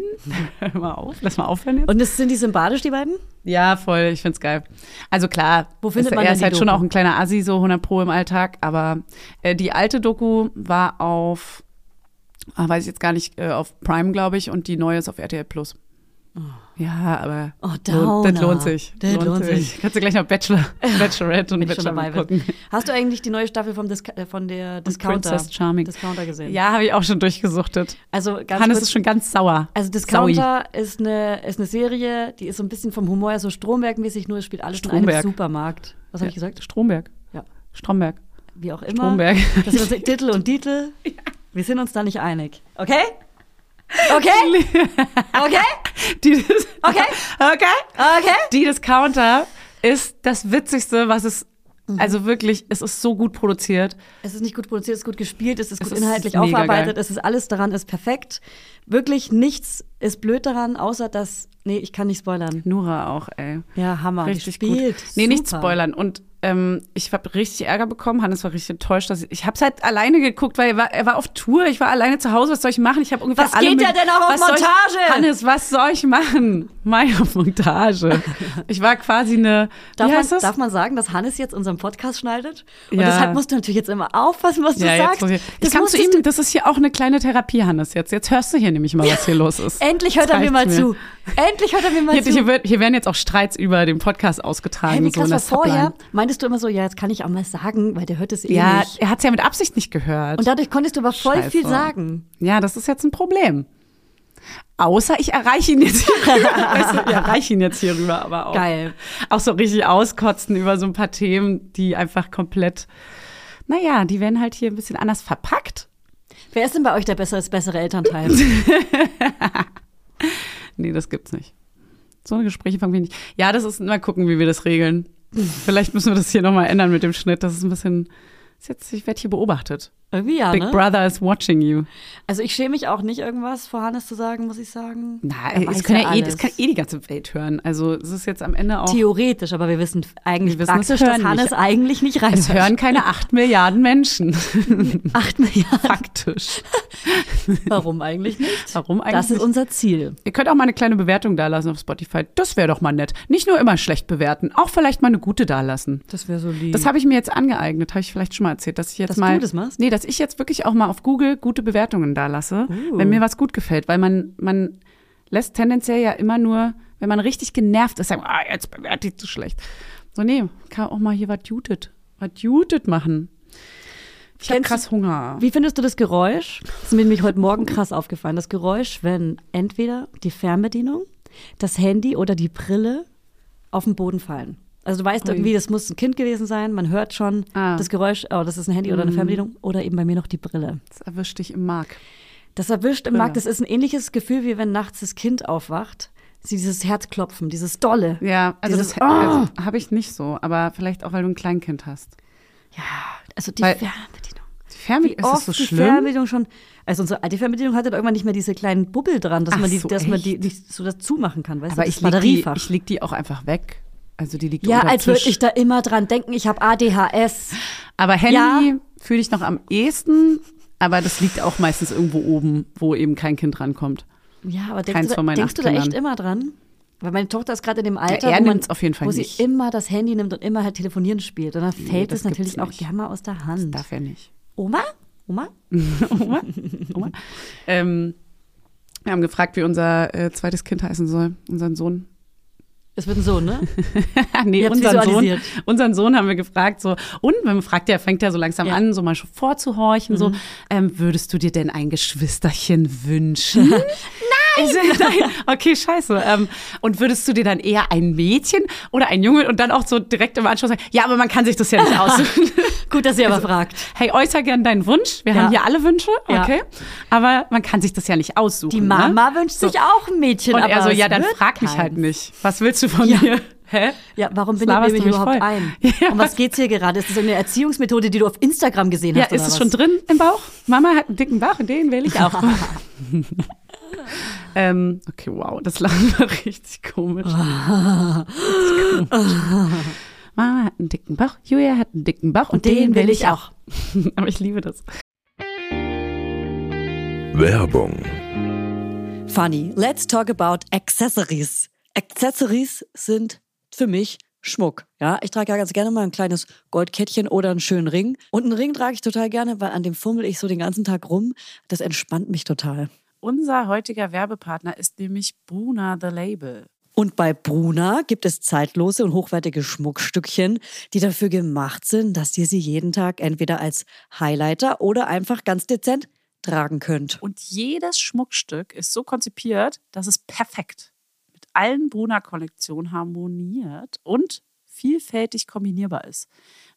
Speaker 2: Hör mal auf. Lass mal aufhören jetzt.
Speaker 1: Und es sind die sympathisch, die beiden?
Speaker 2: Ja, voll. Ich find's geil. Also klar.
Speaker 1: Wo findet
Speaker 2: ist,
Speaker 1: man
Speaker 2: Er
Speaker 1: denn
Speaker 2: ist
Speaker 1: die
Speaker 2: halt schon
Speaker 1: Doku?
Speaker 2: auch ein kleiner Assi, so 100 Pro im Alltag. Aber äh, die alte Doku war auf, ah, weiß ich jetzt gar nicht, äh, auf Prime, glaube ich. Und die neue ist auf RTL Plus. Ja, aber
Speaker 1: Oh,
Speaker 2: lohnt,
Speaker 1: Downer.
Speaker 2: das lohnt sich.
Speaker 1: Das lohnt
Speaker 2: Kannst du gleich noch Bachelor, Bachelorette und
Speaker 1: Wenn ich schon dabei
Speaker 2: Bachelor gucken.
Speaker 1: bin. Hast du eigentlich die neue Staffel vom Disca äh, von der Discounter,
Speaker 2: Princess Charming.
Speaker 1: Discounter gesehen?
Speaker 2: Ja, habe ich auch schon durchgesuchtet.
Speaker 1: Also ganz
Speaker 2: Hannes
Speaker 1: kurz,
Speaker 2: ist schon ganz sauer.
Speaker 1: also Discounter ist eine, ist eine Serie, die ist so ein bisschen vom Humor her so Stromberg-mäßig, nur es spielt alles in einem
Speaker 2: Stromberg.
Speaker 1: Supermarkt. Was habe ich Also, gesagt?
Speaker 2: Stromberg.
Speaker 1: Ja.
Speaker 2: Stromberg.
Speaker 1: Wie auch immer.
Speaker 2: Stromberg.
Speaker 1: Das ist Titel und Titel. Wir sind uns da nicht einig. Okay? Okay? Okay?
Speaker 2: Die,
Speaker 1: Okay?
Speaker 2: okay.
Speaker 1: Okay?
Speaker 2: Die Discounter ist das Witzigste, was es.
Speaker 1: Mhm.
Speaker 2: Also wirklich, es ist so gut produziert.
Speaker 1: Es ist nicht gut produziert, es ist gut gespielt, es ist gut
Speaker 2: ist
Speaker 1: inhaltlich
Speaker 2: mega
Speaker 1: aufgearbeitet,
Speaker 2: geil.
Speaker 1: es ist alles daran, ist perfekt. Wirklich nichts ist blöd daran, außer dass. Nee, ich kann nicht spoilern.
Speaker 2: Nora auch, ey.
Speaker 1: Ja, Hammer.
Speaker 2: Richtig
Speaker 1: gespielt.
Speaker 2: gut. Oh, Nee, nicht
Speaker 1: Super.
Speaker 2: spoilern. Und ähm, ich habe richtig Ärger bekommen. Hannes war richtig enttäuscht. Dass ich ich habe es halt alleine geguckt, weil er war, er war auf Tour. Ich war alleine zu Hause. Was soll ich machen? Ich habe ungefähr
Speaker 1: Was
Speaker 2: alle
Speaker 1: geht
Speaker 2: mit-
Speaker 1: der denn auch auf
Speaker 2: was soll
Speaker 1: Montage?
Speaker 2: Ich, Hannes, was soll ich machen? meiner Montage. Ich war quasi eine.
Speaker 1: Darf,
Speaker 2: wie heißt
Speaker 1: man,
Speaker 2: das?
Speaker 1: darf man sagen, dass Hannes jetzt unseren Podcast schneidet? Und
Speaker 2: Ja.
Speaker 1: deshalb musst du natürlich jetzt immer aufpassen, was du
Speaker 2: ja, jetzt
Speaker 1: sagst.
Speaker 2: muss ich, ich
Speaker 1: Das
Speaker 2: kann zu
Speaker 1: musstest
Speaker 2: ihm, das ist hier auch eine kleine Therapie, Hannes, jetzt. Jetzt hörst du hier nämlich mal, was hier los ist.
Speaker 1: du, endlich hört
Speaker 2: Jetzt
Speaker 1: er mir mal
Speaker 2: reicht's
Speaker 1: zu. Endlich hört er mir mal
Speaker 2: Hier,
Speaker 1: zu.
Speaker 2: hier, wird, hier werden jetzt auch Streits über den Podcast ausgetragen.
Speaker 1: Hey, wie
Speaker 2: so in
Speaker 1: krass,
Speaker 2: der
Speaker 1: weil vorher
Speaker 2: Subline.
Speaker 1: meintest du immer so, ja, jetzt kann ich auch mal sagen, weil der hört es eh
Speaker 2: Ja,
Speaker 1: nicht.
Speaker 2: er hat es ja mit Absicht nicht gehört.
Speaker 1: Und dadurch konntest du aber voll
Speaker 2: Scheiße.
Speaker 1: viel sagen.
Speaker 2: Ja, das ist jetzt ein Problem. Außer ich erreiche ihn jetzt hierüber. weißt du, ich erreiche ihn jetzt hierüber, aber auch.
Speaker 1: Geil.
Speaker 2: Auch so richtig auskotzen über so ein paar Themen, die einfach komplett, naja, die werden halt hier ein bisschen anders verpackt.
Speaker 1: Wer ist denn bei euch der bessere, das bessere Elternteil?
Speaker 2: Nee, das gibt's nicht. So eine Gespräche fangen wir nicht. Ja, das ist, mal gucken, wie wir das regeln. Vielleicht müssen wir das hier nochmal ändern mit dem Schnitt. Das ist ein bisschen, das ist jetzt, ich werde hier beobachtet.
Speaker 1: Irgendwie ja,
Speaker 2: Big
Speaker 1: ne?
Speaker 2: Brother is watching you.
Speaker 1: Also ich schäme mich auch nicht, irgendwas vor Hannes zu sagen, muss ich sagen.
Speaker 2: Na,
Speaker 1: Er
Speaker 2: das,
Speaker 1: weiß
Speaker 2: kann ja eh,
Speaker 1: alles.
Speaker 2: das kann eh die ganze Welt hören. Also, es ist jetzt am Ende auch.
Speaker 1: Theoretisch, aber wir wissen f- eigentlich
Speaker 2: Wir wissen, es
Speaker 1: praktisch,
Speaker 2: hören
Speaker 1: dass
Speaker 2: nicht.
Speaker 1: Hannes eigentlich nicht rein.
Speaker 2: Es hören keine acht Milliarden Menschen.
Speaker 1: acht Milliarden.
Speaker 2: Faktisch.
Speaker 1: Warum eigentlich nicht?
Speaker 2: Warum eigentlich?
Speaker 1: Das ist
Speaker 2: nicht?
Speaker 1: unser Ziel.
Speaker 2: Ihr könnt auch mal eine kleine Bewertung dalassen auf Spotify. Das wäre doch mal nett. Nicht nur immer schlecht bewerten, auch vielleicht mal eine gute dalassen.
Speaker 1: Das wäre so lieb.
Speaker 2: Das habe ich mir jetzt angeeignet, habe ich vielleicht schon mal erzählt, dass ich jetzt
Speaker 1: Hm. Dass
Speaker 2: mal.
Speaker 1: du das machst?
Speaker 2: Nee, dass ich jetzt wirklich auch mal auf Google gute Bewertungen dalasse,
Speaker 1: Uh.
Speaker 2: wenn mir was gut gefällt. Weil man, man lässt tendenziell ja immer nur, wenn man richtig genervt ist, sagen, ah, jetzt bewerte ich zu schlecht. So, nee, kann auch mal hier was jutet. Was jutet machen. Ich habe
Speaker 1: Kennst du-
Speaker 2: krass Hunger.
Speaker 1: Wie findest du das Geräusch? Das ist mir nämlich heute Morgen krass aufgefallen. Das Geräusch, wenn entweder die Fernbedienung, das Handy oder die Brille auf den Boden fallen. Also du weißt
Speaker 2: Ui.
Speaker 1: irgendwie, das muss ein Kind gewesen sein. Man hört schon
Speaker 2: Ah. Mhm.
Speaker 1: das Geräusch, oh, das ist ein Handy oder eine Fernbedienung oder eben bei mir noch die Brille.
Speaker 2: Das erwischt dich im Mark.
Speaker 1: Das erwischt im
Speaker 2: Brille.
Speaker 1: Markt, das ist ein ähnliches Gefühl, wie wenn nachts das Kind aufwacht. Sie dieses Herzklopfen, dieses Dolle.
Speaker 2: Ja, also
Speaker 1: dieses,
Speaker 2: das
Speaker 1: oh,
Speaker 2: also, habe ich nicht so, aber vielleicht auch, weil du ein Kleinkind hast.
Speaker 1: ja, also die
Speaker 2: Weil-
Speaker 1: Fernbedienung.
Speaker 2: Die Fernbe-
Speaker 1: Wie
Speaker 2: ist das
Speaker 1: oft
Speaker 2: so
Speaker 1: die
Speaker 2: schlimm?
Speaker 1: Fernbedienung schon. Also unsere alte Fernbedienung hatte doch irgendwann nicht mehr diese kleinen Bubbel dran, dass
Speaker 2: Ach
Speaker 1: man die,
Speaker 2: so,
Speaker 1: dass man die
Speaker 2: echt?
Speaker 1: nicht so dazu machen kann, weißt
Speaker 2: aber
Speaker 1: du?
Speaker 2: ich
Speaker 1: Das
Speaker 2: leg, die,
Speaker 1: Batteriefach.
Speaker 2: ich leg die auch einfach weg. Also die liegt
Speaker 1: ja,
Speaker 2: unterm
Speaker 1: als würde
Speaker 2: Tisch.
Speaker 1: ich da immer dran denken, ich habe ADHS.
Speaker 2: aber
Speaker 1: Ja.
Speaker 2: Handy fühle ich noch am ehesten, aber das liegt auch meistens irgendwo oben, wo eben kein Kind rankommt.
Speaker 1: Ja, aber denkst,
Speaker 2: Keins
Speaker 1: du,
Speaker 2: von
Speaker 1: da,
Speaker 2: meinen
Speaker 1: denkst du da
Speaker 2: acht
Speaker 1: echt
Speaker 2: Kindern.
Speaker 1: immer dran? Weil meine Tochter ist gerade in dem Alter,
Speaker 2: er
Speaker 1: wo, man,
Speaker 2: nimmt's auf jeden Fall
Speaker 1: wo
Speaker 2: nicht.
Speaker 1: sie immer das Handy nimmt und immer halt telefonieren spielt. Und dann fällt
Speaker 2: das
Speaker 1: es natürlich
Speaker 2: gibt's
Speaker 1: auch
Speaker 2: nicht.
Speaker 1: gerne mal aus der Hand.
Speaker 2: Darf er nicht.
Speaker 1: Oma? Oma?
Speaker 2: Oma? Oma? Ähm, wir haben gefragt, wie unser äh, zweites Kind heißen soll, unseren Sohn.
Speaker 1: Es wird ein Sohn, ne?
Speaker 2: nee,
Speaker 1: Ihr habt's
Speaker 2: unseren Sohn,
Speaker 1: visualisiert.
Speaker 2: unseren Sohn haben wir gefragt, so, und man fragt ja, fängt ja so langsam
Speaker 1: Ja. Mhm.
Speaker 2: an, so mal schon vorzuhorchen, so, ähm, würdest du dir denn ein Geschwisterchen wünschen?
Speaker 1: Mhm.
Speaker 2: Nein! Nein! Okay, scheiße. Ähm, und würdest du dir dann eher ein Mädchen oder ein Junge und dann auch so direkt im Anschluss sagen, ja, aber man kann sich das ja nicht aussuchen.
Speaker 1: Gut, dass ihr
Speaker 2: Also
Speaker 1: aber fragt.
Speaker 2: hey, äußer gern deinen Wunsch. Wir
Speaker 1: Ja.
Speaker 2: haben hier alle Wünsche,
Speaker 1: Ja.
Speaker 2: okay? Aber man kann sich das ja nicht aussuchen.
Speaker 1: Die Mama
Speaker 2: ne?
Speaker 1: wünscht
Speaker 2: So.
Speaker 1: sich auch ein Mädchen,
Speaker 2: Und
Speaker 1: aber
Speaker 2: er so,
Speaker 1: es
Speaker 2: ja, dann
Speaker 1: wird
Speaker 2: frag mich
Speaker 1: keins.
Speaker 2: halt nicht. Was willst du von
Speaker 1: Ja.
Speaker 2: mir? Hä?
Speaker 1: Ja, warum
Speaker 2: Was
Speaker 1: bin ich
Speaker 2: laberst
Speaker 1: mich
Speaker 2: du mich
Speaker 1: überhaupt
Speaker 2: voll?
Speaker 1: ein?
Speaker 2: Ja.
Speaker 1: Um was geht's hier gerade? Ist das eine Erziehungsmethode, die du auf Instagram gesehen
Speaker 2: Ja,
Speaker 1: hast?
Speaker 2: ist
Speaker 1: oder
Speaker 2: es
Speaker 1: was?
Speaker 2: schon drin im Bauch? Mama hat einen dicken Bauch und den will ich auch. ähm, okay, wow, das Lachen war richtig komisch. richtig komisch. Mama hat einen dicken Bauch, Julia hat einen dicken Bauch und, den, will ich auch. Aber ich liebe das.
Speaker 3: Werbung,
Speaker 4: Funny, let's talk about Accessories. Accessories sind für mich Schmuck. Ja, ich trage ja ganz gerne mal ein kleines Goldkettchen oder einen schönen Ring. Und einen Ring trage ich total gerne, weil an dem fummel ich so den ganzen Tag rum. Das entspannt mich total.
Speaker 2: Unser heutiger Werbepartner ist nämlich Bruna The Label.
Speaker 4: Und bei Bruna gibt es zeitlose und hochwertige Schmuckstückchen, die dafür gemacht sind, dass ihr sie jeden Tag entweder als Highlighter oder einfach ganz dezent tragen könnt.
Speaker 2: Und jedes Schmuckstück ist so konzipiert, dass es perfekt mit allen Bruna-Kollektionen harmoniert und vielfältig kombinierbar ist.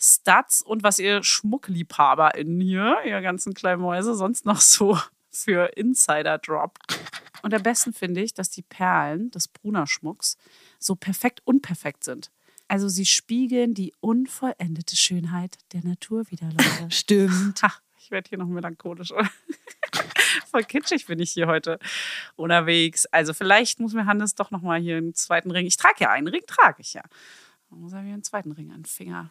Speaker 2: Studs und was ihr SchmuckliebhaberInnen hier, ihr ganzen kleinen Mäuse, sonst noch so für Insider droppt. Und am besten finde ich, dass die Perlen des Bruna-Schmucks so perfekt unperfekt sind.
Speaker 5: Also sie spiegeln die unvollendete Schönheit der Natur wieder, Leute.
Speaker 4: Stimmt.
Speaker 2: Ha, ich werde hier noch melancholisch. oder? Voll kitschig bin ich hier heute unterwegs. Also vielleicht muss mir Hannes doch noch mal hier einen zweiten Ring. Ich trage ja einen Ring, trage ich ja. Dann muss er mir einen zweiten Ring an den Finger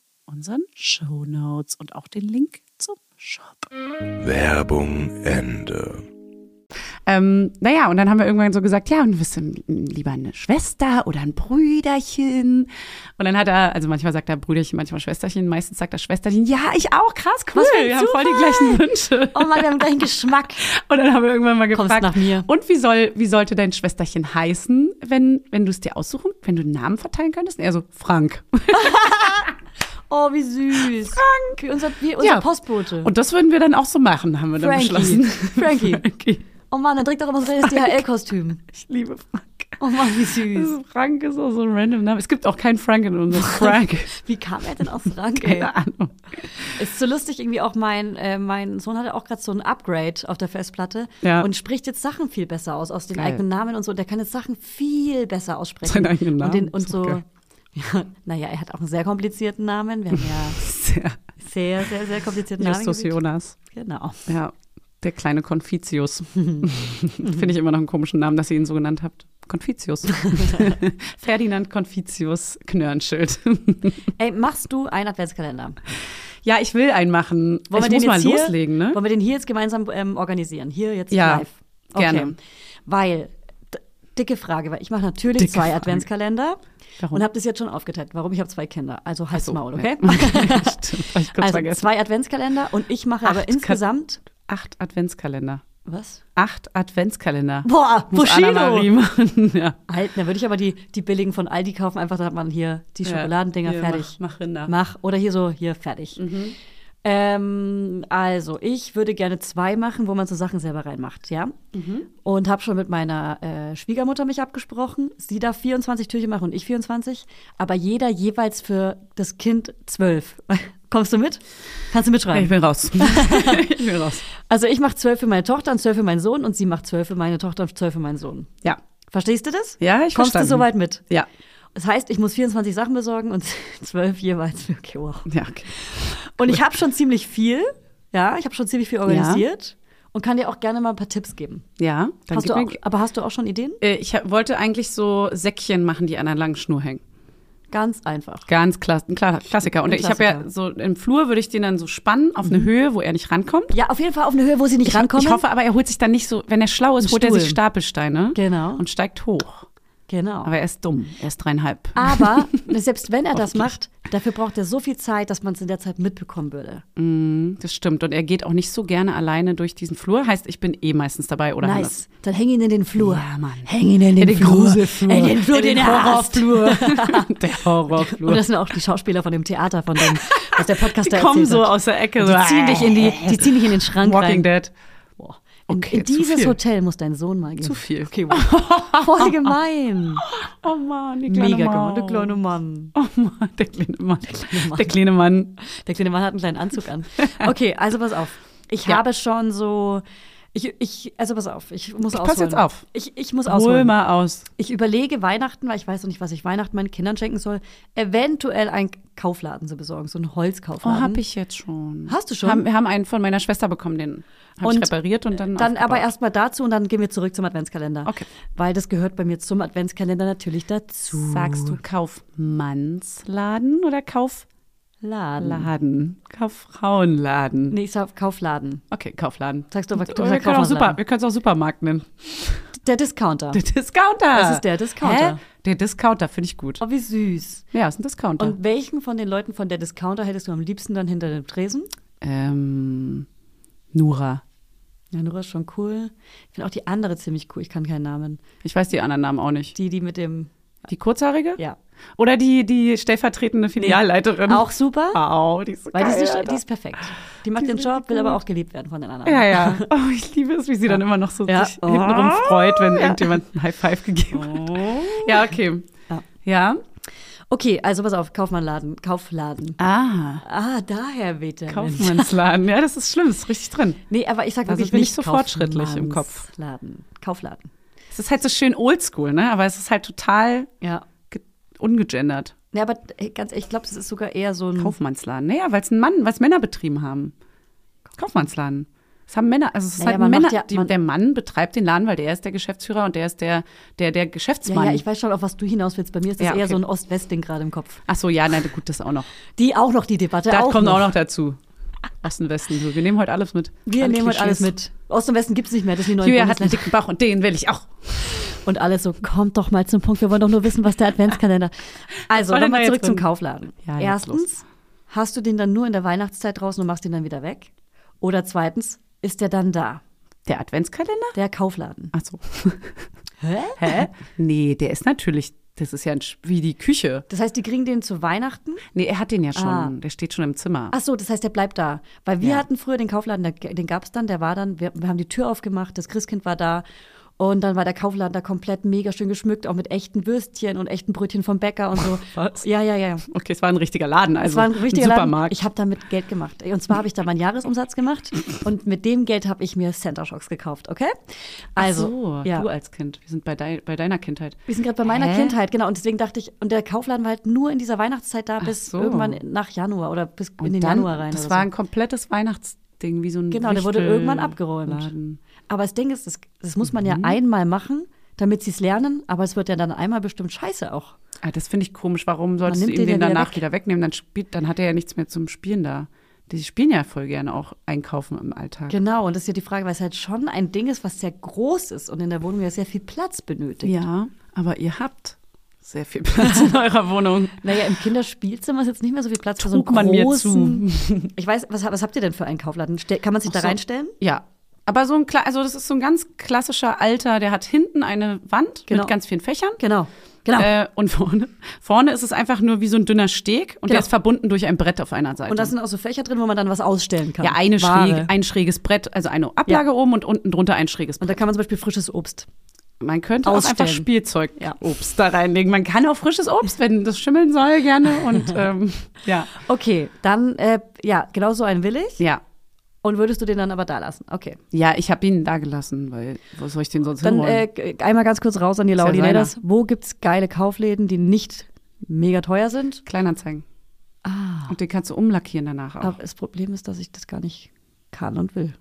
Speaker 2: unseren Show Notes und auch den Link zum Shop.
Speaker 3: Werbung, Ende.
Speaker 2: Ähm, naja, und dann haben wir irgendwann so gesagt, ja, und bist du lieber eine Schwester oder ein Brüderchen? Und dann hat er, also manchmal sagt er Brüderchen, manchmal Schwesterchen, meistens sagt er Schwesterchen, ja, ich auch, krass, cool,
Speaker 1: Was für ein
Speaker 2: wir haben voll die
Speaker 1: Zufall.
Speaker 2: gleichen Wünsche.
Speaker 1: Oh Mann, wir haben gleich einen Geschmack.
Speaker 2: Und dann haben wir irgendwann mal
Speaker 1: Kommst
Speaker 2: gefragt,
Speaker 1: nach mir.
Speaker 2: und wie soll, Äh, wie sollte dein Schwesterchen heißen, wenn, wenn du es dir aussuchen, wenn du einen Namen verteilen könntest? Und er so, Frank.
Speaker 1: Oh, wie süß. Frank. Wie unser, wie unser
Speaker 2: Ja.
Speaker 1: Postbote.
Speaker 2: Und das würden wir dann auch so machen, haben wir dann
Speaker 1: Frankie.
Speaker 2: beschlossen.
Speaker 1: Frankie.
Speaker 2: Frankie.
Speaker 1: oh Mann, er trägt doch immer so ein DHL-Kostüm.
Speaker 2: Ich liebe Frank.
Speaker 1: Oh Mann, wie süß.
Speaker 2: Frank ist auch so ein random Name. Es gibt auch keinen Frank in unserem Frank.
Speaker 1: Wie kam er denn aus Frank? ey?
Speaker 2: Keine Ahnung.
Speaker 1: Ist so lustig, irgendwie auch mein, äh, mein Sohn hatte auch gerade so ein Upgrade auf der Festplatte
Speaker 2: Ja.
Speaker 1: und spricht jetzt Sachen viel besser aus, aus den
Speaker 2: Geil.
Speaker 1: eigenen Namen und so. Und der kann jetzt Sachen viel besser aussprechen.
Speaker 2: Seinen eigenen Namen?
Speaker 1: Und, den, und
Speaker 2: Ist doch
Speaker 1: so,
Speaker 2: geil.
Speaker 1: ja, naja, er hat auch einen sehr komplizierten Namen. Wir haben ja
Speaker 2: Sehr.
Speaker 1: sehr, sehr, sehr komplizierten Namen.
Speaker 2: Justus
Speaker 1: gewählt.
Speaker 2: Jonas.
Speaker 1: Genau.
Speaker 2: Ja, der kleine Konfitius. Finde ich immer noch einen komischen Namen, dass ihr ihn so genannt habt. Konfitius. Ferdinand Konfitius Knörnschild.
Speaker 1: Ey, machst du einen Adventskalender?
Speaker 2: ja, ich will einen machen.
Speaker 1: Wollen wir
Speaker 2: ich
Speaker 1: den
Speaker 2: muss mal
Speaker 1: jetzt hier,
Speaker 2: loslegen, ne?
Speaker 1: Wollen wir den hier jetzt gemeinsam ähm, organisieren? Hier jetzt
Speaker 2: Ja,
Speaker 1: live.
Speaker 2: gerne.
Speaker 1: Weil, d- dicke Frage, weil ich mache natürlich
Speaker 2: Dicke
Speaker 1: zwei
Speaker 2: Frage.
Speaker 1: Adventskalender
Speaker 2: Warum?
Speaker 1: und habe das jetzt schon aufgeteilt. Warum? Ich habe zwei Kinder. Also heiß
Speaker 2: So,
Speaker 1: Maul,
Speaker 2: ne.
Speaker 1: okay?
Speaker 2: Stimmt, hab ich kurz
Speaker 1: also
Speaker 2: vergessen.
Speaker 1: zwei Adventskalender und ich mache aber
Speaker 2: Acht
Speaker 1: insgesamt.
Speaker 2: Acht Adventskalender.
Speaker 1: Was?
Speaker 2: Acht Adventskalender.
Speaker 1: Boah,
Speaker 2: Muss Anna-Marie
Speaker 1: Bushido!
Speaker 2: machen. Ja.
Speaker 1: Halt, da würde ich aber die, die billigen von Aldi kaufen. Einfach, da hat man hier die Schokoladendinger
Speaker 2: Ja, hier,
Speaker 1: fertig.
Speaker 2: Mach, mach Rinder. Mhm.
Speaker 1: Mach oder hier so, hier fertig. Ähm, also, ich würde gerne zwei machen, wo man so Sachen selber reinmacht, ja.
Speaker 2: Mhm.
Speaker 1: Und habe schon mit meiner äh, Schwiegermutter mich abgesprochen. Sie darf 24 Türchen machen und ich 24, aber jeder jeweils für das Kind 12. Kommst du mit? Kannst du
Speaker 2: Ja, ich
Speaker 1: mitschreiben?
Speaker 2: bin raus. ich bin raus.
Speaker 1: Also ich mache 12 für meine Tochter und 12 für meinen Sohn und sie macht 12 für meine Tochter und 12 für meinen Sohn.
Speaker 2: Ja.
Speaker 1: Verstehst du das?
Speaker 2: Ja, ich
Speaker 1: Kommst
Speaker 2: verstanden.
Speaker 1: du soweit mit?
Speaker 2: Ja.
Speaker 1: Das heißt, ich muss 24 Sachen besorgen und 12 jeweils für okay, wow.
Speaker 2: Ja, okay.
Speaker 1: Und ich habe schon ziemlich viel. Ja, ich habe schon ziemlich viel organisiert und kann dir auch gerne mal ein paar Tipps geben.
Speaker 2: Ja, dann
Speaker 1: Hast
Speaker 2: gib
Speaker 1: du
Speaker 2: mir
Speaker 1: auch, aber hast du auch schon Ideen?
Speaker 2: Äh, Ich hab- wollte eigentlich so Säckchen machen, die an einer langen Schnur hängen.
Speaker 1: Ganz einfach.
Speaker 2: Ganz klar, ein klar, Klassiker. Und
Speaker 1: Ein
Speaker 2: ich habe ja
Speaker 1: Klassiker. Mhm.
Speaker 2: so im Flur würde ich den dann so spannen auf eine Höhe, wo er nicht rankommt.
Speaker 1: Ja, auf jeden Fall auf eine Höhe, wo sie nicht rankommen.
Speaker 2: Ich hoffe aber, er holt sich dann nicht so, wenn er schlau ist,
Speaker 1: Ein
Speaker 2: holt er
Speaker 1: Stuhl.
Speaker 2: sich Stapelsteine
Speaker 1: Genau.
Speaker 2: und steigt hoch.
Speaker 1: Genau.
Speaker 2: Aber er ist dumm, er ist dreieinhalb.
Speaker 1: Aber selbst wenn er das macht, dafür braucht er so viel Zeit, dass man es in der Zeit mitbekommen würde.
Speaker 2: Das stimmt. Und er geht auch nicht so gerne alleine durch diesen Flur. Heißt, ich bin eh meistens dabei oder anders.
Speaker 1: nice. Dann häng ihn in den Flur.
Speaker 2: Ja, Mann.
Speaker 1: Häng ihn in den, Flur.
Speaker 2: Gruselflur.
Speaker 1: In den Flur,
Speaker 2: In
Speaker 1: den,
Speaker 2: den
Speaker 1: er hasst.
Speaker 2: Horrorflur. der Horrorflur.
Speaker 1: Und Oh, das sind auch die Schauspieler von dem Theater, von dem, was der Podcast
Speaker 2: die
Speaker 1: da
Speaker 2: kommen
Speaker 1: erzählt
Speaker 2: so
Speaker 1: hat.
Speaker 2: aus der Ecke. so, ah,
Speaker 1: Die ziehen dich in die, die ziehen dich in den Schrank rein.
Speaker 2: Walking Dead.
Speaker 1: Boah. In,
Speaker 2: Okay,
Speaker 1: in
Speaker 2: zu
Speaker 1: dieses
Speaker 2: viel.
Speaker 1: Hotel muss dein Sohn mal gehen.
Speaker 2: Zu viel.
Speaker 1: Okay, wow. Voll gemein.
Speaker 2: Oh Mann, die
Speaker 1: Mega
Speaker 2: kleine
Speaker 1: gemein.
Speaker 2: Maus.
Speaker 1: Der kleine Mann.
Speaker 2: Oh Mann, der kleine Mann. Der kleine Mann.
Speaker 1: Der kleine Mann hat einen kleinen Anzug an. Okay, also pass auf. Ich
Speaker 2: Ja.
Speaker 1: habe schon so. Ich, ich, also pass auf, ich muss
Speaker 2: Ich
Speaker 1: ausholen.
Speaker 2: pass jetzt auf.
Speaker 1: Ich, ich muss
Speaker 2: Hol
Speaker 1: ausholen.
Speaker 2: mal aus.
Speaker 1: Ich überlege Weihnachten, weil ich weiß noch nicht, was ich Weihnachten meinen Kindern schenken soll, eventuell einen Kaufladen zu besorgen, so einen
Speaker 2: Oh,
Speaker 1: Holzkaufladen.
Speaker 2: hab ich jetzt schon.
Speaker 1: Hast du schon?
Speaker 2: Haben, wir haben einen von meiner Schwester bekommen, den habe ich
Speaker 1: Und
Speaker 2: repariert und dann
Speaker 1: Dann aber
Speaker 2: aufgebaut.
Speaker 1: erstmal dazu und dann gehen wir zurück zum Adventskalender.
Speaker 2: Okay.
Speaker 1: Weil das gehört bei mir zum Adventskalender natürlich dazu.
Speaker 2: Sagst du Kaufmannsladen oder Kaufladen?
Speaker 1: Laden.
Speaker 2: Kauffrauenladen.
Speaker 1: Nee, ich sag Kaufladen.
Speaker 2: Okay, Kaufladen. oh,
Speaker 1: Sagst du aber- du
Speaker 2: wir
Speaker 1: sagst
Speaker 2: können auch
Speaker 1: Kaufmannsladen.
Speaker 2: super, wir können es auch Supermarkt nennen.
Speaker 1: Der Discounter.
Speaker 2: Der Discounter.
Speaker 1: Das ist der Discounter.
Speaker 2: Hä? Der Discounter finde ich gut.
Speaker 1: Oh, wie süß.
Speaker 2: Ja, ist ein Discounter.
Speaker 1: Und welchen von den Leuten von der Discounter hättest du am liebsten dann hinter dem Tresen?
Speaker 2: ähm, Nura.
Speaker 1: Ja, Nora ist schon cool. Ich finde auch die andere ziemlich cool. Ich kann keinen Namen.
Speaker 2: Ich weiß die anderen Namen auch nicht.
Speaker 1: Die, die mit dem,
Speaker 2: Die kurzhaarige?
Speaker 1: ja.
Speaker 2: Oder die, die stellvertretende Filialleiterin.
Speaker 1: Auch super.
Speaker 2: Au, die ist so
Speaker 1: Weil die
Speaker 2: Ah. geil,
Speaker 1: ist, nicht,
Speaker 2: Alter.
Speaker 1: die ist perfekt. Die macht den Job, will aber auch geliebt werden von den anderen.
Speaker 2: Ja, ja. Oh, ich liebe es, wie sie dann immer noch so
Speaker 1: Ja. Oh.
Speaker 2: sich hintenrum freut, wenn irgendjemand ein High Five gegeben hat. Ja, okay.
Speaker 1: Ja.
Speaker 2: Ja.
Speaker 1: Okay, also pass auf, Kaufmannladen, Kaufladen.
Speaker 2: Ah,
Speaker 1: Ah, daher weht der Mensch.
Speaker 2: Kaufmannsladen. Ja, das ist schlimm, das ist richtig drin.
Speaker 1: Nee, aber ich sag
Speaker 2: Da
Speaker 1: wirklich
Speaker 2: sind wir
Speaker 1: nicht
Speaker 2: nicht so fortschrittlich im Kopf.
Speaker 1: Kaufmannsladen. Kaufladen.
Speaker 2: Es ist halt so schön oldschool, ne? Aber es ist halt total
Speaker 1: Ja.
Speaker 2: ge- ungegendert.
Speaker 1: Nee, aber ey, ganz ehrlich, ich glaube, das ist sogar eher so ein
Speaker 2: Kaufmannsladen. Naja, weil es ein Mann, weil es Männer betrieben haben. Kaufmannsladen. Es haben Männer, also es ist
Speaker 1: Naja,
Speaker 2: halt
Speaker 1: man
Speaker 2: Männer.
Speaker 1: macht ja-
Speaker 2: die,
Speaker 1: man-
Speaker 2: der Mann betreibt den Laden, weil der ist der Geschäftsführer und der ist der, der, der
Speaker 1: ja,
Speaker 2: Geschäftsmann.
Speaker 1: ja, ich weiß schon, auf was du hinaus willst. Bei mir ist das
Speaker 2: Ja,
Speaker 1: eher
Speaker 2: okay.
Speaker 1: so ein Ost-West-Ding gerade im Kopf.
Speaker 2: Ach so, ja, nein, gut, das auch noch.
Speaker 1: Die auch noch die Debatte.
Speaker 2: Das
Speaker 1: auch
Speaker 2: kommt
Speaker 1: noch.
Speaker 2: auch noch dazu. Osten, Westen. so. Wir nehmen heute alles mit.
Speaker 1: Wir
Speaker 2: Alle
Speaker 1: nehmen heute alles
Speaker 2: Klischees.
Speaker 1: mit. Ost und Westen gibt's nicht mehr. Das sind die neuen
Speaker 2: Julia hat einen
Speaker 1: Bundesländer.
Speaker 2: dicken Bauch und den will ich auch.
Speaker 1: Und alles so, kommt doch mal zum Punkt. Wir wollen doch nur wissen, was der Adventskalender. Also,
Speaker 2: War denn da
Speaker 1: nochmal
Speaker 2: jetzt
Speaker 1: zurück zum
Speaker 2: drin?
Speaker 1: Kaufladen.
Speaker 2: Ja, jetzt
Speaker 1: Erstens, hast du den dann nur in der Weihnachtszeit draußen und machst ihn dann wieder weg? Oder zweitens, ist der dann da?
Speaker 2: Der Adventskalender?
Speaker 1: Der Kaufladen.
Speaker 2: Ach so. Hä? Nee, der ist natürlich, das ist ja ein, Sch- wie die Küche.
Speaker 1: Das heißt, die kriegen den zu Weihnachten?
Speaker 2: Nee, er hat den ja schon.
Speaker 1: Ah.
Speaker 2: Der steht schon im Zimmer.
Speaker 1: Ach so, das heißt, der bleibt da. Weil wir
Speaker 2: Ja.
Speaker 1: hatten früher den Kaufladen, der- den gab's dann, der war dann, wir, wir haben die Tür aufgemacht, das Christkind war da. Und dann war der Kaufladen da komplett mega schön geschmückt, auch mit echten Würstchen und echten Brötchen vom Bäcker und so.
Speaker 2: Was?
Speaker 1: Ja, ja, ja. ja.
Speaker 2: Okay, es war ein richtiger Laden, also
Speaker 1: Es war ein richtiger
Speaker 2: ein
Speaker 1: Laden.
Speaker 2: Supermarkt.
Speaker 1: Ich habe damit Geld gemacht. Und zwar habe ich da meinen Jahresumsatz gemacht und mit dem Geld habe ich mir Center Shocks gekauft, okay? Also,
Speaker 2: so,
Speaker 1: ja.
Speaker 2: du als Kind. Wir sind bei, dei- bei deiner Kindheit.
Speaker 1: wir sind gerade bei meiner
Speaker 2: Hä?
Speaker 1: Kindheit, genau. Und deswegen dachte ich, und der Kaufladen war halt nur in dieser Weihnachtszeit da bis
Speaker 2: so.
Speaker 1: irgendwann nach Januar oder bis in
Speaker 2: Und
Speaker 1: den
Speaker 2: dann,
Speaker 1: Januar rein.
Speaker 2: Das
Speaker 1: oder
Speaker 2: war
Speaker 1: so.
Speaker 2: ein komplettes Weihnachtsding, wie so ein
Speaker 1: Genau, der wurde
Speaker 2: Wichtel-
Speaker 1: irgendwann abgeräumt.
Speaker 2: Laden.
Speaker 1: Aber das Ding ist, das, das muss man ja einmal machen, damit sie es lernen, aber es wird ja dann einmal bestimmt scheiße auch.
Speaker 2: Ah, das finde ich komisch. Warum solltest du
Speaker 1: nimmt
Speaker 2: ihm
Speaker 1: den ja
Speaker 2: den
Speaker 1: wieder
Speaker 2: danach
Speaker 1: weg.
Speaker 2: wieder wegnehmen? Dann, spielt, dann hat er ja nichts mehr zum Spielen da. Die spielen ja voll gerne auch einkaufen im Alltag.
Speaker 1: Genau, und das ist ja die Frage, weil es halt schon ein Ding ist, was sehr groß ist und in der Wohnung ja sehr viel Platz benötigt.
Speaker 2: Ja, aber ihr habt sehr viel Platz in eurer Wohnung.
Speaker 1: Naja, im Kinderspielzimmer ist jetzt nicht mehr so viel Platz für so einen
Speaker 2: Trug man mir
Speaker 1: großen. Ich weiß, was, was habt ihr denn für einen Kaufladen? Ste- Kann man sich da
Speaker 2: so.
Speaker 1: reinstellen?
Speaker 2: Ja. Aber so ein, kle- also das ist so ein ganz klassischer Alter, der hat hinten eine Wand
Speaker 1: Genau.
Speaker 2: mit ganz vielen Fächern.
Speaker 1: Genau, genau.
Speaker 2: Äh, und vorne, vorne ist es einfach nur wie so ein dünner Steg und der
Speaker 1: Genau.
Speaker 2: ist verbunden durch ein Brett auf einer Seite.
Speaker 1: und da sind auch so Fächer drin, wo man dann was ausstellen kann.
Speaker 2: ja, eine
Speaker 1: Ware.
Speaker 2: schräge, ein schräges Brett, also eine Ablage oben und unten drunter ein schräges
Speaker 1: Und
Speaker 2: Brett.
Speaker 1: da kann man zum Beispiel frisches Obst.
Speaker 2: Man könnte auch
Speaker 1: Ausstellen.
Speaker 2: einfach Spielzeug, Obst da reinlegen. Man kann auch frisches Obst, wenn das schimmeln soll, gerne. Und ähm, ja,
Speaker 1: Okay, dann, äh, ja, genau so einen will ich.
Speaker 2: ja.
Speaker 1: Und würdest du den dann aber da lassen? Okay.
Speaker 2: Ja, ich habe ihn da gelassen, weil wo soll ich den sonst
Speaker 1: Dann
Speaker 2: hinholen?
Speaker 1: äh, g- einmal ganz kurz raus an die
Speaker 2: ja
Speaker 1: Laudinators. Wo gibt's geile Kaufläden, die nicht mega teuer sind?
Speaker 2: Kleinanzeigen. Ah. Oh. Und den kannst du umlackieren danach auch.
Speaker 1: Aber das Problem ist, dass ich das gar nicht kann und will.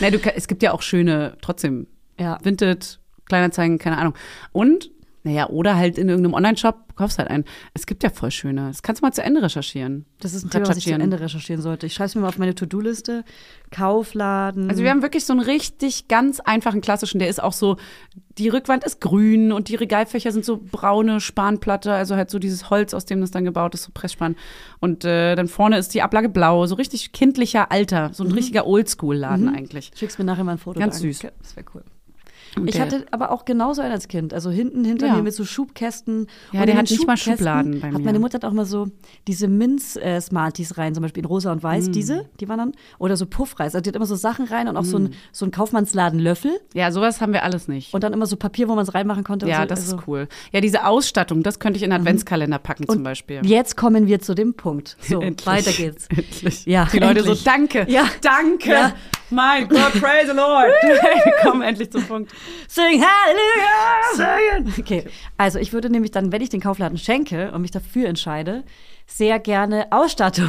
Speaker 2: Na, du, ka- es gibt ja auch schöne, trotzdem,
Speaker 1: Ja.
Speaker 2: Vinted, Kleinanzeigen, keine Ahnung. Und, naja, oder halt in irgendeinem Online-Shop, kaufst halt einen. Es gibt ja voll schöne. Das kannst du mal zu Ende recherchieren.
Speaker 1: Das ist ein Thema, was ich zu
Speaker 2: Recherchieren.
Speaker 1: Ende recherchieren sollte. Ich schreibe es mir mal auf meine To-Do-Liste. Kaufladen.
Speaker 2: Also wir haben wirklich so einen richtig ganz einfachen klassischen, der ist auch so, die Rückwand ist grün und die Regalfächer sind so braune Spanplatte, also halt so dieses Holz, aus dem das dann gebaut ist, so Pressspan. Und äh, dann vorne ist die Ablage blau, so richtig kindlicher Alter, so ein
Speaker 1: Mhm.
Speaker 2: richtiger Oldschool-Laden eigentlich.
Speaker 1: Schickst mir nachher mal ein Foto.
Speaker 2: Ganz
Speaker 1: danke.
Speaker 2: süß.
Speaker 1: Das wäre cool.
Speaker 2: Und
Speaker 1: ich
Speaker 2: der-
Speaker 1: hatte aber auch genauso einen als Kind. Also hinten hinter
Speaker 2: Ja.
Speaker 1: mir mit so Schubkästen.
Speaker 2: Ja,
Speaker 1: in
Speaker 2: der
Speaker 1: den
Speaker 2: hat nicht mal
Speaker 1: Schubkästen
Speaker 2: Schubladen bei
Speaker 1: Hat
Speaker 2: mir.
Speaker 1: meine Mutter hat auch mal so diese Minz-Smarties rein, zum Beispiel in rosa und
Speaker 2: Mm.
Speaker 1: weiß, diese, die waren dann. Oder so Puffreis. Also die hat immer so Sachen rein und auch so
Speaker 2: Mm.
Speaker 1: ein, so ein Kaufmannsladen-Löffel.
Speaker 2: Ja, sowas haben wir alles nicht.
Speaker 1: Und dann immer so Papier, wo man es reinmachen konnte. und
Speaker 2: ja,
Speaker 1: so.
Speaker 2: das
Speaker 1: also, Mhm.
Speaker 2: ist cool. Ja, diese Ausstattung, das könnte ich in den Adventskalender packen zum Beispiel.
Speaker 1: Jetzt kommen wir zu dem Punkt. So,
Speaker 2: Endlich.
Speaker 1: weiter geht's.
Speaker 2: Endlich.
Speaker 1: Ja,
Speaker 2: Die Leute
Speaker 1: endlich.
Speaker 2: so, danke,
Speaker 1: Ja.
Speaker 2: danke,
Speaker 1: Ja.
Speaker 2: mein Gott, praise the Lord. Wir kommen endlich zum Punkt.
Speaker 1: Sing Hallelujah! Okay, also ich würde nämlich dann, wenn ich den Kaufladen schenke und mich dafür entscheide, sehr gerne Ausstattung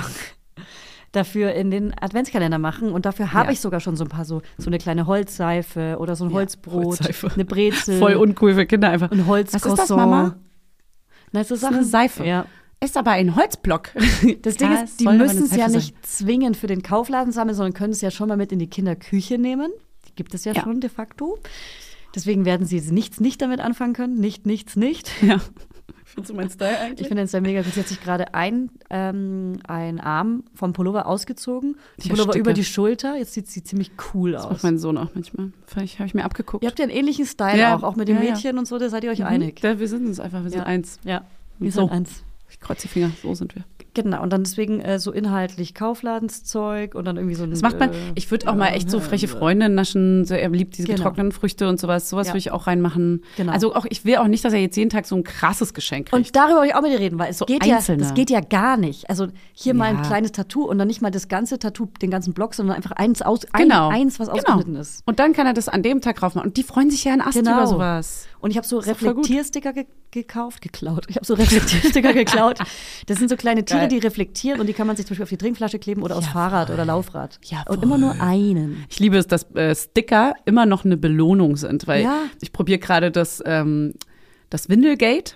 Speaker 1: dafür in den Adventskalender machen. Und dafür habe
Speaker 2: Ja.
Speaker 1: ich sogar schon so ein paar, so, so eine kleine Holzseife oder so ein Holzbrot,
Speaker 2: Holzseife.
Speaker 1: eine Brezel,
Speaker 2: Voll uncool für Kinder einfach.
Speaker 1: ein
Speaker 2: Was
Speaker 1: Holzcroissant.
Speaker 2: ist das, Mama?
Speaker 1: Na, so
Speaker 2: Das ist
Speaker 1: Sachen.
Speaker 2: eine Seife.
Speaker 1: Ja.
Speaker 2: Ist aber ein Holzblock.
Speaker 1: Das Ding ist, die müssen es ja nicht zwingend für den Kaufladen sammeln, sondern können es ja schon mal mit in die Kinderküche nehmen. Die gibt es ja,
Speaker 2: Ja.
Speaker 1: schon de facto. Deswegen werden sie nichts nicht damit anfangen können. Nicht, nichts, nicht.
Speaker 2: Ja.
Speaker 5: Findest du mein Style
Speaker 1: Ich
Speaker 5: eigentlich?
Speaker 1: finde den Style mega gut. Sie hat sich gerade ein, ähm, einen Arm vom Pullover ausgezogen, den
Speaker 5: Ich
Speaker 1: Pullover
Speaker 5: ersticke.
Speaker 1: über die Schulter. Jetzt sieht sie ziemlich cool
Speaker 5: Das macht
Speaker 1: aus.
Speaker 5: mein Sohn auch manchmal. Vielleicht habe ich mir abgeguckt.
Speaker 1: Ihr habt ja einen ähnlichen Style
Speaker 5: Ja.
Speaker 1: auch, auch mit dem
Speaker 5: Ja, ja.
Speaker 1: Mädchen und so, da seid ihr euch
Speaker 5: Mhm.
Speaker 1: einig.
Speaker 5: Da, wir sind uns einfach, wir sind
Speaker 1: Ja.
Speaker 5: eins.
Speaker 1: Ja, wir
Speaker 5: So.
Speaker 1: sind eins.
Speaker 5: Ich kreuze die Finger, so sind wir.
Speaker 1: Genau, und dann deswegen äh, so inhaltlich Kaufladenszeug und dann irgendwie so ein.
Speaker 5: Das macht man.
Speaker 1: äh,
Speaker 5: Ich würde auch mal echt so freche Freundinnen naschen. So, er liebt diese
Speaker 1: Genau.
Speaker 5: getrockneten Früchte und sowas. Sowas
Speaker 1: Ja.
Speaker 5: würde ich auch reinmachen.
Speaker 1: Genau.
Speaker 5: Also auch, ich will auch nicht, dass er jetzt jeden Tag so ein krasses Geschenk kriegt.
Speaker 1: Und darüber will ich auch mit dir reden, weil es
Speaker 5: So
Speaker 1: geht ja,
Speaker 5: einzelne.
Speaker 1: das geht ja gar nicht. Also hier mal ein
Speaker 5: Ja.
Speaker 1: kleines Tattoo und dann nicht mal das ganze Tattoo, den ganzen Block, sondern einfach eins aus, ein,
Speaker 5: genau.
Speaker 1: eins, was
Speaker 5: Genau.
Speaker 1: ausgeschnitten ist.
Speaker 5: Und dann kann er das an dem Tag raufmachen. Und die freuen sich ja an Ast
Speaker 1: Genau.
Speaker 5: über sowas.
Speaker 1: Und ich habe so
Speaker 5: doch voll gut.
Speaker 1: Reflektiersticker ge gekauft, geklaut. Ich habe so Reflektiersticker geklaut. Das sind so kleine Tiere,
Speaker 5: Geil.
Speaker 1: die reflektieren und die kann man sich zum Beispiel auf die Trinkflasche kleben oder aufs Fahrrad oder Laufrad.
Speaker 5: Ja,
Speaker 1: und immer nur einen.
Speaker 5: Ich liebe es, dass äh, Sticker immer noch eine Belohnung sind, weil
Speaker 1: Ja.
Speaker 5: ich probiere gerade das, ähm, das Windelgate,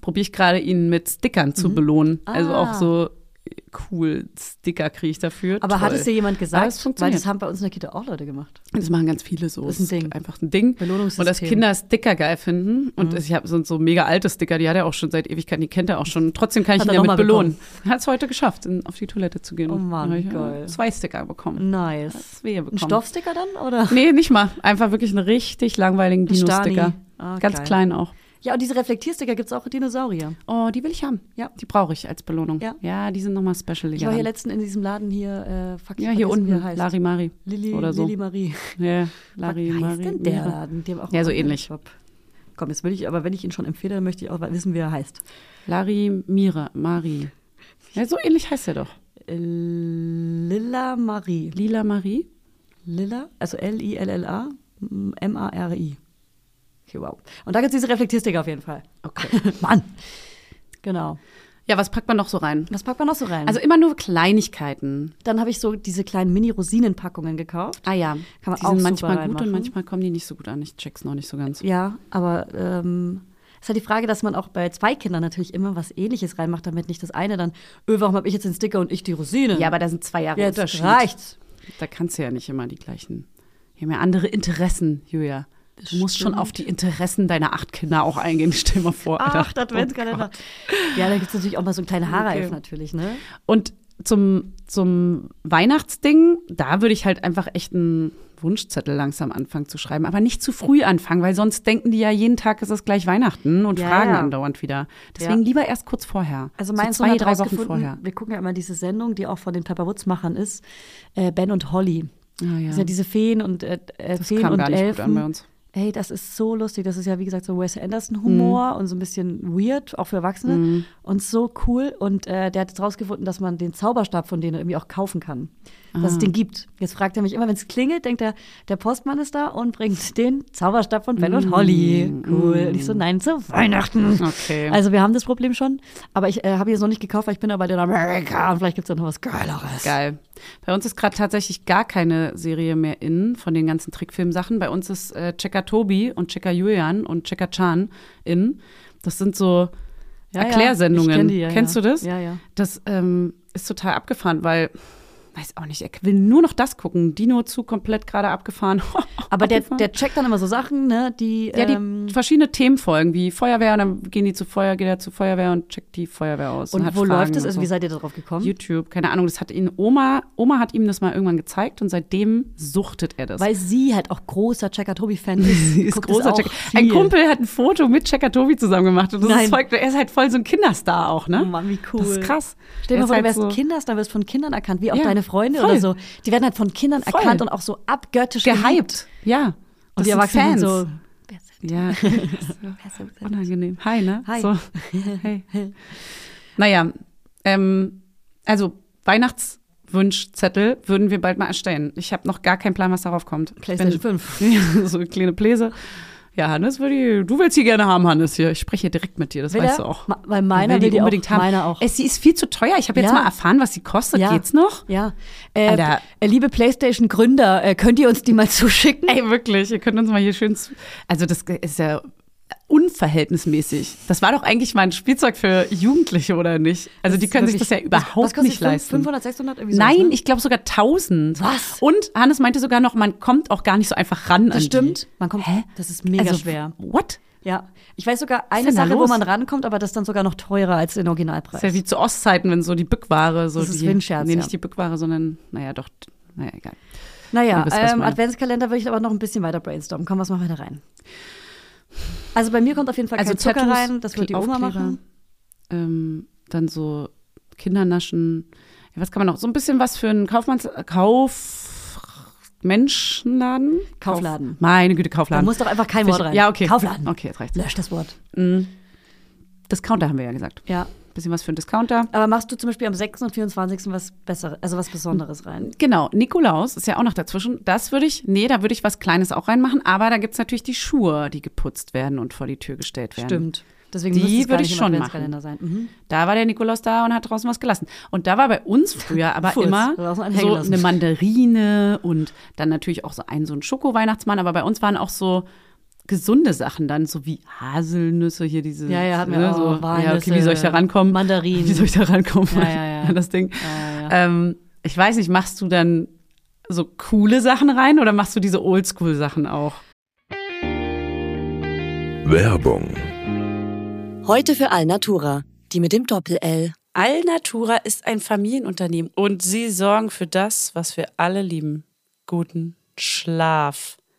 Speaker 5: probiere ich gerade ihn mit Stickern zu belohnen. Also
Speaker 1: Mhm. Ah.
Speaker 5: auch so äh, cool Sticker kriege ich dafür.
Speaker 1: Aber
Speaker 5: Toll.
Speaker 1: hat es dir jemand gesagt?
Speaker 5: Aber es
Speaker 1: Weil
Speaker 5: funktioniert.
Speaker 1: das haben bei uns in der Kita auch Leute gemacht.
Speaker 5: Das machen ganz viele so.
Speaker 1: Ist ein
Speaker 5: Es
Speaker 1: Ding.
Speaker 5: Einfach ein Ding.
Speaker 1: Belohnungssystem. Mhm.
Speaker 5: Und dass Kinder Sticker geil finden. Und ich habe so, so mega alte Sticker, die hat er auch schon seit Ewigkeiten, die kennt er auch schon. Trotzdem kann ich
Speaker 1: Hat
Speaker 5: ihn
Speaker 1: er
Speaker 5: damit
Speaker 1: nochmal
Speaker 5: belohnen. Hat es heute geschafft, in, auf die Toilette zu gehen.
Speaker 1: Oh Mann,
Speaker 5: Dann hab ich, äh,
Speaker 1: geil.
Speaker 5: Zwei Sticker bekommen.
Speaker 1: Nice.
Speaker 5: Zwei
Speaker 1: Ein
Speaker 5: bekommen.
Speaker 1: Stoffsticker dann oder?
Speaker 5: Nee, nicht mal. Einfach wirklich einen richtig langweiligen
Speaker 1: Stani.
Speaker 5: Dino-Sticker.
Speaker 1: Ah,
Speaker 5: Ganz
Speaker 1: geil.
Speaker 5: klein auch.
Speaker 1: Ja, und diese Reflektiersticker gibt es auch für Dinosaurier.
Speaker 5: Oh, die will ich haben.
Speaker 1: Ja.
Speaker 5: Die brauche ich als Belohnung.
Speaker 1: Ja.
Speaker 5: die sind nochmal special.
Speaker 1: Ich war hier letzten in diesem Laden hier, äh, fuck, ich
Speaker 5: ja, hier
Speaker 1: vergessen, wie er
Speaker 5: unten.
Speaker 1: heißt.
Speaker 5: Larimari.
Speaker 1: Lilli,
Speaker 5: Oder so.
Speaker 1: Lilli Marie.
Speaker 5: Ja,
Speaker 1: Was
Speaker 5: Larry,
Speaker 1: heißt
Speaker 5: Mari,
Speaker 1: denn der
Speaker 5: Mira.
Speaker 1: Laden? Die haben auch
Speaker 5: Ja, so
Speaker 1: einen
Speaker 5: ähnlich.
Speaker 1: Shop. Komm, jetzt will ich, aber wenn ich ihn schon empfehle, möchte ich auch wissen, wie er heißt.
Speaker 5: Larry, Mira, Mari. Ja, so ähnlich heißt er doch.
Speaker 1: Äh, Lilla Marie.
Speaker 5: Lila Marie.
Speaker 1: Lilla, also L-I-L-L-A, m, M-A-R-I. Okay, wow. Und da gibt es diese Reflektiersticker auf jeden Fall.
Speaker 5: Okay.
Speaker 1: Mann! Genau.
Speaker 5: Ja, was packt man noch so rein?
Speaker 1: Was packt man noch so rein?
Speaker 5: Also immer nur Kleinigkeiten.
Speaker 1: dann habe ich so diese kleinen Mini-Rosinenpackungen gekauft.
Speaker 5: Ah ja,
Speaker 1: Kann man
Speaker 5: die
Speaker 1: auch
Speaker 5: sind
Speaker 1: super
Speaker 5: manchmal gut
Speaker 1: reinmachen.
Speaker 5: und manchmal kommen die nicht so gut an. Ich check's noch nicht so ganz.
Speaker 1: Ja, aber ähm, ist halt die Frage, dass man auch bei zwei Kindern natürlich immer was Ähnliches reinmacht, damit nicht das eine dann, öh, warum habe ich jetzt den Sticker und ich die Rosine?
Speaker 5: da sind zwei Jahre
Speaker 1: jetzt reicht's.
Speaker 5: Da kannst du ja nicht immer die gleichen. Wir haben ja andere Interessen, Julia. Du musst schon auf die Interessen deiner acht Kinder auch eingehen, stell mal vor.
Speaker 1: Ach,
Speaker 5: Alter. Oh
Speaker 1: der Adventskalender. ja, da gibt es natürlich auch mal so einen kleinen Haarreif natürlich, ne?
Speaker 5: Und zum, zum Weihnachtsding, da würde ich halt einfach echt einen Wunschzettel langsam anfangen zu schreiben, aber nicht zu früh anfangen, weil sonst denken die ja jeden Tag ist es gleich Weihnachten und
Speaker 1: Ja,
Speaker 5: fragen
Speaker 1: ja.
Speaker 5: andauernd wieder. Deswegen
Speaker 1: Ja.
Speaker 5: lieber erst kurz vorher.
Speaker 1: Also
Speaker 5: so
Speaker 1: mein Sohn
Speaker 5: zwei,
Speaker 1: hat
Speaker 5: drei Wochen
Speaker 1: rausgefunden,
Speaker 5: vorher.
Speaker 1: wir gucken ja immer diese Sendung, die auch von den Pepper Woods Machern ist, äh, Ben und Holly.
Speaker 5: Ah, ja.
Speaker 1: Das sind ja diese Feen und äh, äh, Feen
Speaker 5: kam
Speaker 1: und
Speaker 5: gar nicht gut
Speaker 1: Elfen.
Speaker 5: an bei uns.
Speaker 1: Ey, das ist so lustig. Das ist ja, wie gesagt, so Wes Anderson-Humor
Speaker 5: Mhm.
Speaker 1: und so ein bisschen weird, auch für Erwachsene. Und so cool. Und äh, der hat jetzt rausgefunden, dass man den Zauberstab von denen irgendwie auch kaufen kann. Dass es
Speaker 5: Ah.
Speaker 1: den gibt. Jetzt fragt er mich immer, wenn es klingelt, denkt er, der Postmann ist da und bringt den Zauberstab von Ben
Speaker 5: Mm,
Speaker 1: und Holly. Cool. Und ich so, nein, zu Weihnachten.
Speaker 5: Okay.
Speaker 1: Also wir haben das Problem schon. Aber ich äh, habe jetzt noch nicht gekauft, weil ich bin aber in Amerika und vielleicht gibt es ja noch was Geileres.
Speaker 5: Geil. Bei uns ist gerade tatsächlich gar keine Serie mehr in von den ganzen Trickfilmsachen. Bei uns ist äh, Checker Tobi und Checker Julian und Checker Chan in. Das sind so
Speaker 1: Ja, ja.
Speaker 5: Erklärsendungen.
Speaker 1: Ich kenn die, ja,
Speaker 5: Kennst
Speaker 1: ja.
Speaker 5: du das?
Speaker 1: Ja, ja.
Speaker 5: Das ähm, ist total abgefahren, weil weiß auch nicht, er will nur noch das gucken. Dino zu komplett gerade abgefahren.
Speaker 1: Aber der,
Speaker 5: Abgefahren.
Speaker 1: der checkt dann immer so Sachen, ne, die,
Speaker 5: ja, die
Speaker 1: ähm,
Speaker 5: verschiedene Themenfolgen wie Feuerwehr und dann gehen die zu Feuer, geht er zu Feuerwehr und checkt die Feuerwehr aus.
Speaker 1: und
Speaker 5: hat
Speaker 1: wo
Speaker 5: Fragen
Speaker 1: läuft es?
Speaker 5: und
Speaker 1: Also
Speaker 5: so.
Speaker 1: wie seid ihr darauf gekommen?
Speaker 5: YouTube, keine Ahnung, das hat ihn Oma, Oma hat ihm das mal irgendwann gezeigt und seitdem suchtet er das.
Speaker 1: Weil sie halt auch großer Checker Tobi-Fan ist.
Speaker 5: Sie ist
Speaker 1: Guckt
Speaker 5: großer
Speaker 1: es auch
Speaker 5: Checker.
Speaker 1: viel.
Speaker 5: Ein Kumpel hat ein Foto mit Checker Tobi zusammen gemacht und das
Speaker 1: Nein.
Speaker 5: ist voll, er ist halt voll so ein Kinderstar auch, ne?
Speaker 1: Oh Mann, wie cool.
Speaker 5: Das ist krass.
Speaker 1: Stell dir mal
Speaker 5: Er ist
Speaker 1: vor,
Speaker 5: halt
Speaker 1: du wärst
Speaker 5: so-
Speaker 1: Kinderstar, wirst von Kindern erkannt, wie auch
Speaker 5: Ja,
Speaker 1: deine Freunde
Speaker 5: voll.
Speaker 1: oder so. Die werden halt von Kindern
Speaker 5: Voll.
Speaker 1: erkannt und auch so abgöttisch geliebt.
Speaker 5: gehypt. Ja.
Speaker 1: Und die
Speaker 5: Das sind
Speaker 1: Erwachsenen
Speaker 5: Fans.
Speaker 1: sind so.
Speaker 5: Ja,
Speaker 1: wer sind das?
Speaker 5: unangenehm. Hi, ne?
Speaker 1: Hi.
Speaker 5: So. Hey. Naja, ähm, also Weihnachtswunschzettel würden wir bald mal erstellen. Ich habe noch gar keinen Plan, was darauf kommt. Ich
Speaker 1: PlayStation
Speaker 5: bin-
Speaker 1: 5.
Speaker 5: Ja, so kleine Bläse. Ja, Hannes, will die, du willst die gerne haben, Hannes hier. Ich spreche hier direkt mit dir, das
Speaker 1: Will
Speaker 5: weißt
Speaker 1: er?
Speaker 5: du auch.
Speaker 1: Ma- weil meiner will die auch, meiner auch.
Speaker 5: Es, sie ist viel zu teuer. Ich habe jetzt
Speaker 1: Ja.
Speaker 5: mal erfahren, was sie kostet.
Speaker 1: Ja.
Speaker 5: Geht's noch?
Speaker 1: Ja. Äh,
Speaker 5: Alter.
Speaker 1: äh, liebe PlayStation-Gründer, äh, könnt ihr uns die mal zuschicken?
Speaker 5: Ey, wirklich, ihr könnt uns mal hier schön. Zu also, das ist ja unverhältnismäßig. Das war doch eigentlich mal ein Spielzeug für Jugendliche, oder nicht? Also, die können sich das ja
Speaker 1: was
Speaker 5: überhaupt
Speaker 1: kostet
Speaker 5: nicht
Speaker 1: fünf-
Speaker 5: leisten.
Speaker 1: 500, 600? Irgendwie sowas,
Speaker 5: Nein,
Speaker 1: ne?
Speaker 5: ich glaube sogar 1000.
Speaker 1: Was?
Speaker 5: Und Hannes meinte sogar noch, man kommt auch gar nicht so einfach ran an
Speaker 1: Das stimmt.
Speaker 5: Die.
Speaker 1: Man kommt,
Speaker 5: Hä?
Speaker 1: das ist mega
Speaker 5: also,
Speaker 1: schwer.
Speaker 5: What?
Speaker 1: Ja. Ich weiß sogar eine
Speaker 5: denn da
Speaker 1: Sache, wo
Speaker 5: los?
Speaker 1: man rankommt, aber das ist dann sogar noch teurer als den Originalpreis.
Speaker 5: Das ist ja wie zu Ostzeiten, wenn so die Bückware, so
Speaker 1: Das ist
Speaker 5: die,
Speaker 1: wie ein Scherz,
Speaker 5: nee,
Speaker 1: ja.
Speaker 5: nicht die Bückware, sondern, naja, doch, naja, egal.
Speaker 1: Naja,
Speaker 5: Ihr wisst, was ich
Speaker 1: ähm,
Speaker 5: meine.
Speaker 1: Adventskalender würde ich aber noch ein bisschen weiter brainstormen. Komm, was machen wir da rein? Also bei mir kommt auf jeden Fall
Speaker 5: Also
Speaker 1: kein Zucker
Speaker 5: Tattoos,
Speaker 1: rein, das wird die Oma
Speaker 5: Aufkleber.
Speaker 1: machen.
Speaker 5: Ähm, dann so Kindernaschen. Ja, was kann man noch? So ein bisschen was für einen Kaufmanns... Kauf... Menschenladen?
Speaker 1: Kaufladen.
Speaker 5: Kauf, meine Güte,
Speaker 1: Da
Speaker 5: Kaufladen.
Speaker 1: muss doch einfach kein
Speaker 5: Vielleicht-
Speaker 1: Wort rein.
Speaker 5: Ja, okay.
Speaker 1: Kaufladen.
Speaker 5: Okay, jetzt reicht's.
Speaker 1: Lösch das Wort.
Speaker 5: Discounter haben wir ja gesagt.
Speaker 1: Ja.
Speaker 5: Bisschen was für einen Discounter.
Speaker 1: Aber machst du zum Beispiel am 6. und 24. was Besseres, also was Besonderes rein?
Speaker 5: Genau, Nikolaus ist ja auch noch dazwischen. Das würde ich, nee, da würde ich was Kleines auch reinmachen, aber da gibt's natürlich die Schuhe, die geputzt werden und vor die Tür gestellt werden.
Speaker 1: Deswegen
Speaker 5: Die
Speaker 1: müsste es gar
Speaker 5: würde
Speaker 1: nicht
Speaker 5: ich
Speaker 1: im
Speaker 5: schon
Speaker 1: Adventskalender sein. Mhm.
Speaker 5: Da war der Nikolaus da und hat draußen was gelassen. Und da war bei uns früher aber
Speaker 1: Furz,
Speaker 5: immer
Speaker 1: draußen einen hängen
Speaker 5: so
Speaker 1: lassen.
Speaker 5: eine Mandarine und dann natürlich auch so ein so ein Schoko-Weihnachtsmann. Aber bei uns waren auch so gesunde Sachen dann, so wie Haselnüsse hier diese.
Speaker 1: Ja, ja, hatten wir
Speaker 5: ne,
Speaker 1: auch.
Speaker 5: so, ja, okay,
Speaker 1: Walnüsse,
Speaker 5: wie soll ich da rankommen?
Speaker 1: Mandarinen.
Speaker 5: Wie soll ich da rankommen?
Speaker 1: Ja, ja, ja.
Speaker 5: an Das Ding.
Speaker 1: Ja, ja,
Speaker 5: Ähm, ich weiß nicht, machst du dann so coole Sachen rein oder machst du diese Oldschool-Sachen auch?
Speaker 3: Werbung,
Speaker 4: Heute für Alnatura, die mit dem Doppel-L.
Speaker 2: Alnatura ist ein Familienunternehmen und sie sorgen für das, was wir alle lieben. Guten Schlaf.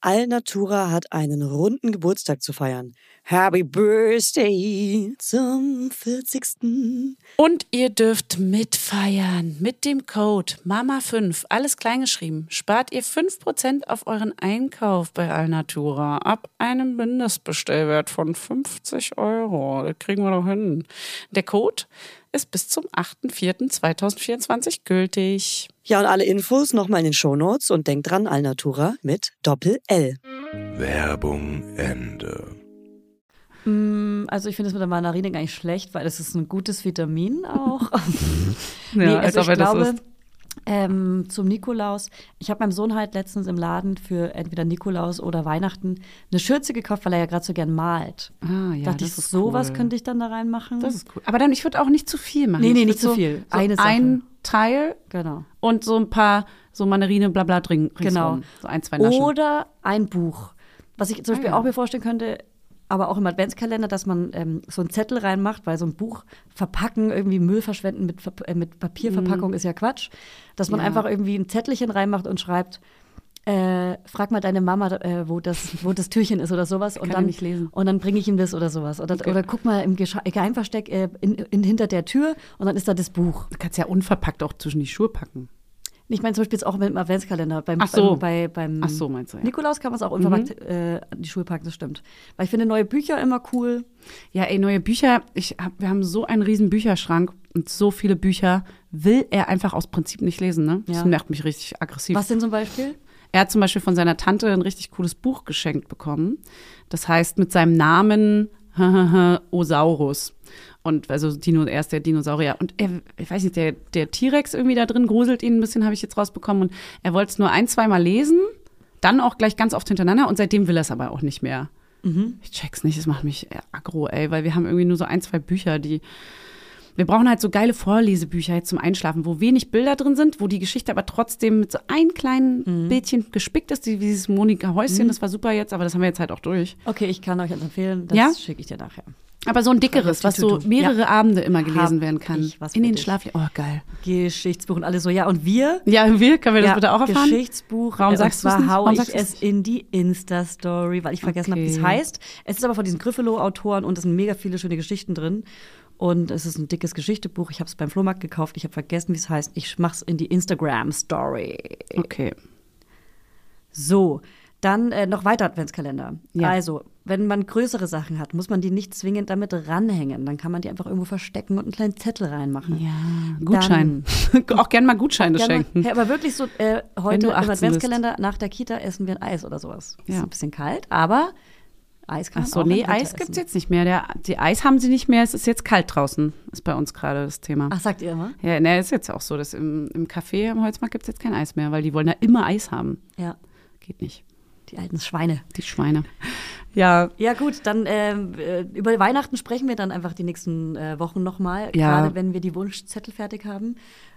Speaker 4: Alnatura hat einen runden Geburtstag zu feiern. Happy Birthday zum 40.
Speaker 2: Und ihr dürft mitfeiern mit dem Code MAMA5, alles kleingeschrieben. Spart ihr 5% auf euren Einkauf bei Alnatura ab einem Mindestbestellwert von 50 Euro. Das kriegen wir doch hin. Der Code ist bis zum 8.4.2024 gültig.
Speaker 4: Ja, und alle Infos nochmal in den Shownotes und denkt dran, Alnatura mit Doppel-L.
Speaker 3: Werbung, Ende.
Speaker 1: Mm, Also ich finde es mit der Mandarine gar nicht schlecht, weil es ist ein gutes Vitamin auch. also
Speaker 5: Mhm. Ja, als ob
Speaker 1: ich
Speaker 5: er das
Speaker 1: glaube,
Speaker 5: isst.
Speaker 1: ähm, zum Nikolaus. Ich habe meinem Sohn halt letztens im Laden für entweder Nikolaus oder Weihnachten eine Schürze gekauft, weil er ja gerade so gern malt.
Speaker 5: Ah, ja,
Speaker 1: Dachte
Speaker 5: das
Speaker 1: ich,
Speaker 5: ist
Speaker 1: sowas
Speaker 5: cool.
Speaker 1: könnte ich dann da reinmachen.
Speaker 5: Das ist cool. Aber dann, ich würde auch nicht zu viel machen.
Speaker 1: Nee, nee,
Speaker 5: Ich würd
Speaker 1: nicht zu
Speaker 5: so,
Speaker 1: viel.
Speaker 5: So
Speaker 1: Eine Sache.
Speaker 5: Ein Teil
Speaker 1: genau.
Speaker 5: und so ein paar so Mandarine, bla bla, drin,
Speaker 1: Genau.
Speaker 5: ringsrum. So ein, zwei Naschen.
Speaker 1: Oder ein Buch. Was ich zum Beispiel
Speaker 5: Ah, ja.
Speaker 1: auch mir vorstellen könnte, aber auch im Adventskalender, dass man ähm, so einen Zettel reinmacht, weil so ein Buch verpacken, irgendwie Müll verschwenden mit, Verp- äh, mit
Speaker 5: Mhm.
Speaker 1: Papierverpackung ist ja Quatsch. Dass man einfach irgendwie ein Zettelchen reinmacht und schreibt, äh, frag mal deine Mama, äh, wo, das, wo das Türchen ist oder sowas. Und
Speaker 5: Kann er
Speaker 1: dann,
Speaker 5: nicht lesen.
Speaker 1: Und dann bringe ich ihm das oder sowas. Oder, oder guck mal im Gesche- Geheimversteck äh, in, in, hinter der Tür und dann ist da das Buch.
Speaker 5: Du kannst ja unverpackt auch zwischen die Schuhe packen.
Speaker 1: Ich meine zum Beispiel jetzt auch mit dem Adventskalender. Beim,
Speaker 5: Ach so.
Speaker 1: Bei, beim
Speaker 5: Ach so, meinst du, ja. Mhm.
Speaker 1: Nikolaus kann man es auch unverpackt äh, an die Schuhe packen, das stimmt. Weil ich finde neue Bücher immer cool.
Speaker 5: Ja, ey, neue Bücher. Ich hab, wir haben so einen riesen Bücherschrank und so viele Bücher will er einfach aus Prinzip nicht lesen, ne? Das
Speaker 1: Ja.
Speaker 5: macht mich richtig aggressiv.
Speaker 1: Was denn zum Beispiel?
Speaker 5: Er hat zum Beispiel von seiner Tante ein richtig cooles Buch geschenkt bekommen. Das heißt mit seinem Namen Osaurus. Und also Dino, er ist der Dinosaurier. Und er, ich weiß nicht, der, der T-Rex irgendwie da drin gruselt ihn ein bisschen, habe ich jetzt rausbekommen. Und er wollte es nur ein, zweimal lesen, dann auch gleich ganz oft hintereinander und seitdem will er es aber auch nicht mehr. Ich check's nicht, es macht mich aggro, ey, weil wir haben irgendwie nur so ein, zwei Bücher, die Wir brauchen halt so geile Vorlesebücher jetzt zum Einschlafen, wo wenig Bilder drin sind, wo die Geschichte aber trotzdem mit so einem kleinen
Speaker 1: Mhm.
Speaker 5: Bildchen gespickt ist, wie dieses Monika Häuschen, das war super jetzt, aber das haben wir jetzt halt auch durch.
Speaker 1: Okay, ich kann euch jetzt empfehlen. Das
Speaker 5: Ja?
Speaker 1: schicke ich dir nachher.
Speaker 5: Aber so ein dickeres, was so mehrere Abende immer gelesen werden kann.
Speaker 1: ich was
Speaker 5: In
Speaker 1: für
Speaker 5: den
Speaker 1: dich.
Speaker 5: Schlaf. Oh, geil.
Speaker 1: Geschichtsbuch und alles so. Ja, und wir?
Speaker 5: Ja, wir, können wir das
Speaker 1: ja,
Speaker 5: bitte auch erfahren?
Speaker 1: Geschichtsbuch. äh,
Speaker 5: Warum
Speaker 1: und
Speaker 5: sagst du
Speaker 1: zwar
Speaker 5: es nicht?
Speaker 1: hau
Speaker 5: Warum
Speaker 1: ich
Speaker 5: sagst du's
Speaker 1: es in die Insta-Story, weil ich vergessen habe, wie es
Speaker 5: Okay.
Speaker 1: heißt. Es ist aber von diesen Griffelo-Autoren und es sind mega viele schöne Geschichten drin. Und es ist ein dickes Geschichtebuch. Ich habe es beim Flohmarkt gekauft. Ich habe vergessen, wie es heißt. Ich mach's in die Instagram-Story.
Speaker 5: Okay.
Speaker 1: So, dann äh, noch weiter Adventskalender.
Speaker 5: Ja.
Speaker 1: Also, wenn man größere Sachen hat, muss man die nicht zwingend damit ranhängen. Dann kann man die einfach irgendwo verstecken und einen kleinen Zettel reinmachen.
Speaker 5: Gutschein. auch gern mal Gutscheine
Speaker 1: Gerne.
Speaker 5: schenken.
Speaker 1: Ja, ne? aber wirklich so, äh,
Speaker 5: Wenn du
Speaker 1: heute im
Speaker 5: 18 bist.
Speaker 1: Adventskalender nach der Kita essen wir ein Eis oder sowas.
Speaker 5: Ja.
Speaker 1: Ist ein bisschen kalt, aber Eis kann
Speaker 5: Ach
Speaker 1: man
Speaker 5: so,
Speaker 1: auch im
Speaker 5: nee,
Speaker 1: Winter
Speaker 5: Eis gibt's
Speaker 1: essen.
Speaker 5: jetzt nicht mehr. Der, die Eis haben sie nicht mehr. Es ist jetzt kalt draußen, ist bei uns gerade das Thema.
Speaker 1: Ach, sagt ihr immer?
Speaker 5: Ja, ne, ist jetzt auch so, dass im, im Café am Holzmarkt gibt's jetzt kein Eis mehr, weil die wollen ja immer Eis haben.
Speaker 1: Ja,
Speaker 5: Geht nicht.
Speaker 1: die alten Schweine.
Speaker 5: Die Schweine. Ja,
Speaker 1: Ja gut, dann ähm, äh, über Weihnachten sprechen wir dann einfach die nächsten äh, Wochen nochmal,
Speaker 5: Ja.
Speaker 1: gerade wenn wir die Wunschzettel fertig haben.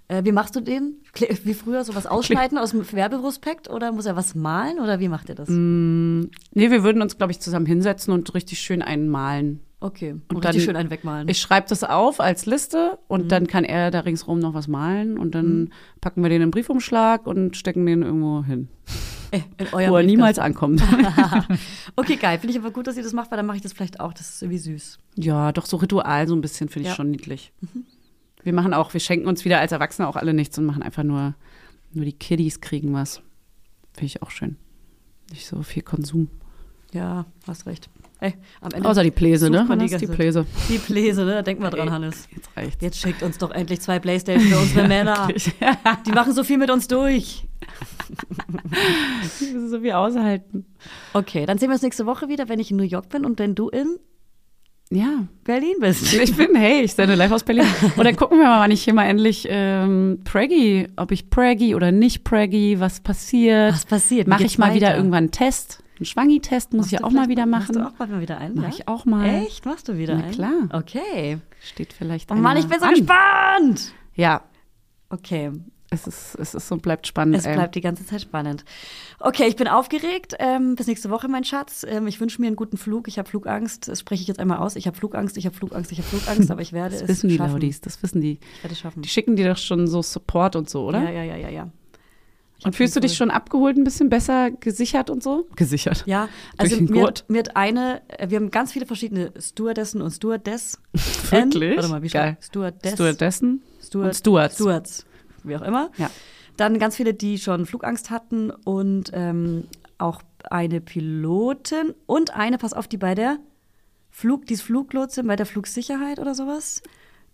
Speaker 1: Äh, wie machst du den? Kle- Wie früher, sowas ausschneiden aus dem Werbeprospekt oder muss er was malen oder wie macht ihr das?
Speaker 5: Mm. nee, wir würden uns, glaube ich, zusammen hinsetzen und richtig schön einen malen.
Speaker 1: Okay, und,
Speaker 5: Und
Speaker 1: richtig
Speaker 5: dann- Mhm.
Speaker 1: schön einen wegmalen.
Speaker 5: Ich schreibe das auf als Liste und dann kann er da ringsrum noch was malen und dann packen wir den in den Briefumschlag und stecken den irgendwo hin,
Speaker 1: Äh, in
Speaker 5: wo er
Speaker 1: eurem
Speaker 5: niemals ankommt.
Speaker 1: okay, geil. Finde ich aber gut, dass ihr das macht, weil dann mache ich das vielleicht auch. Das ist irgendwie süß.
Speaker 5: Ja, doch so Ritual so ein bisschen finde ich
Speaker 1: Ja. Mhm.
Speaker 5: schon niedlich. Wir machen auch, wir schenken uns wieder als Erwachsene auch alle nichts und machen einfach nur, nur die Kiddies kriegen was. Finde ich auch schön. Nicht so viel Konsum.
Speaker 1: Ja, hast recht. Ey, am Ende
Speaker 5: Außer die Pläse,
Speaker 1: sucht
Speaker 5: ne?
Speaker 1: man die
Speaker 5: Hannes, die
Speaker 1: ganze-
Speaker 5: Pläse.
Speaker 1: die Pläse, ne? Denk mal dran, Hannes.
Speaker 5: Jetzt reicht's.
Speaker 1: Jetzt schickt uns doch endlich zwei Playstation für unsere Männer. Die machen so viel mit uns durch.
Speaker 5: Wir müssen so viel aushalten.
Speaker 1: Okay, dann sehen wir uns nächste Woche wieder, wenn ich in New York bin und wenn du in
Speaker 5: Ja.
Speaker 1: Berlin bist.
Speaker 5: Ich bin, hey, ich sende live aus Berlin. Und dann gucken wir mal, wann ich hier mal endlich ähm, preggy, ob ich preggy oder nicht preggy, was passiert.
Speaker 1: Was passiert? Wie
Speaker 5: Mache
Speaker 1: geht's
Speaker 5: ich mal wieder
Speaker 1: weiter?
Speaker 5: irgendwann einen Test. Einen Schwangi-Test muss
Speaker 1: Machst
Speaker 5: ich ja
Speaker 1: du
Speaker 5: auch mal
Speaker 1: vielleicht-
Speaker 5: wieder
Speaker 1: Machst du
Speaker 5: machen.
Speaker 1: auch bald mal wieder einen?
Speaker 5: Mach
Speaker 1: ja?
Speaker 5: ich auch mal.
Speaker 1: Echt? Machst du wieder
Speaker 5: Na
Speaker 1: einen?
Speaker 5: klar.
Speaker 1: Okay.
Speaker 5: Steht vielleicht
Speaker 1: Oh Mann,
Speaker 5: einer
Speaker 1: ich bin so
Speaker 5: an.
Speaker 1: gespannt.
Speaker 5: Ja,
Speaker 1: Okay,
Speaker 5: es ist, es ist und bleibt spannend.
Speaker 1: es
Speaker 5: ey.
Speaker 1: bleibt die ganze Zeit spannend. Okay, ich bin aufgeregt. Ähm, bis nächste Woche, mein Schatz. Ähm, ich wünsche mir einen guten Flug. Ich habe Flugangst. Das spreche ich jetzt einmal aus. Ich habe Flugangst, ich habe Flugangst, ich habe Flugangst, aber ich werde
Speaker 5: das
Speaker 1: es
Speaker 5: wissen die
Speaker 1: schaffen.
Speaker 5: Laudis, das wissen die.
Speaker 1: Ich werde es schaffen.
Speaker 5: Die schicken dir doch schon so Support und so, oder?
Speaker 1: Ja, ja, ja, ja, ja.
Speaker 5: und fühlst du dich schon abgeholt, ein bisschen besser gesichert und so? Gesichert.
Speaker 1: Ja,
Speaker 5: also
Speaker 1: also
Speaker 5: Durch den
Speaker 1: mir,
Speaker 5: Gurt.
Speaker 1: mir hat eine, äh, wir haben ganz viele verschiedene Stewardessen und Stewardess.
Speaker 5: Wirklich?
Speaker 1: Warte mal, wie
Speaker 5: Geil.
Speaker 1: schreibt Stewardess?
Speaker 5: Stewardessen
Speaker 1: Steward-
Speaker 5: und Stewards.
Speaker 1: Stewards, wie auch immer.
Speaker 5: Ja.
Speaker 1: Dann ganz viele, die schon Flugangst hatten und ähm, auch eine Pilotin und eine, pass auf, die bei der Flug, die ist Fluglotsin bei der Flugsicherheit oder sowas.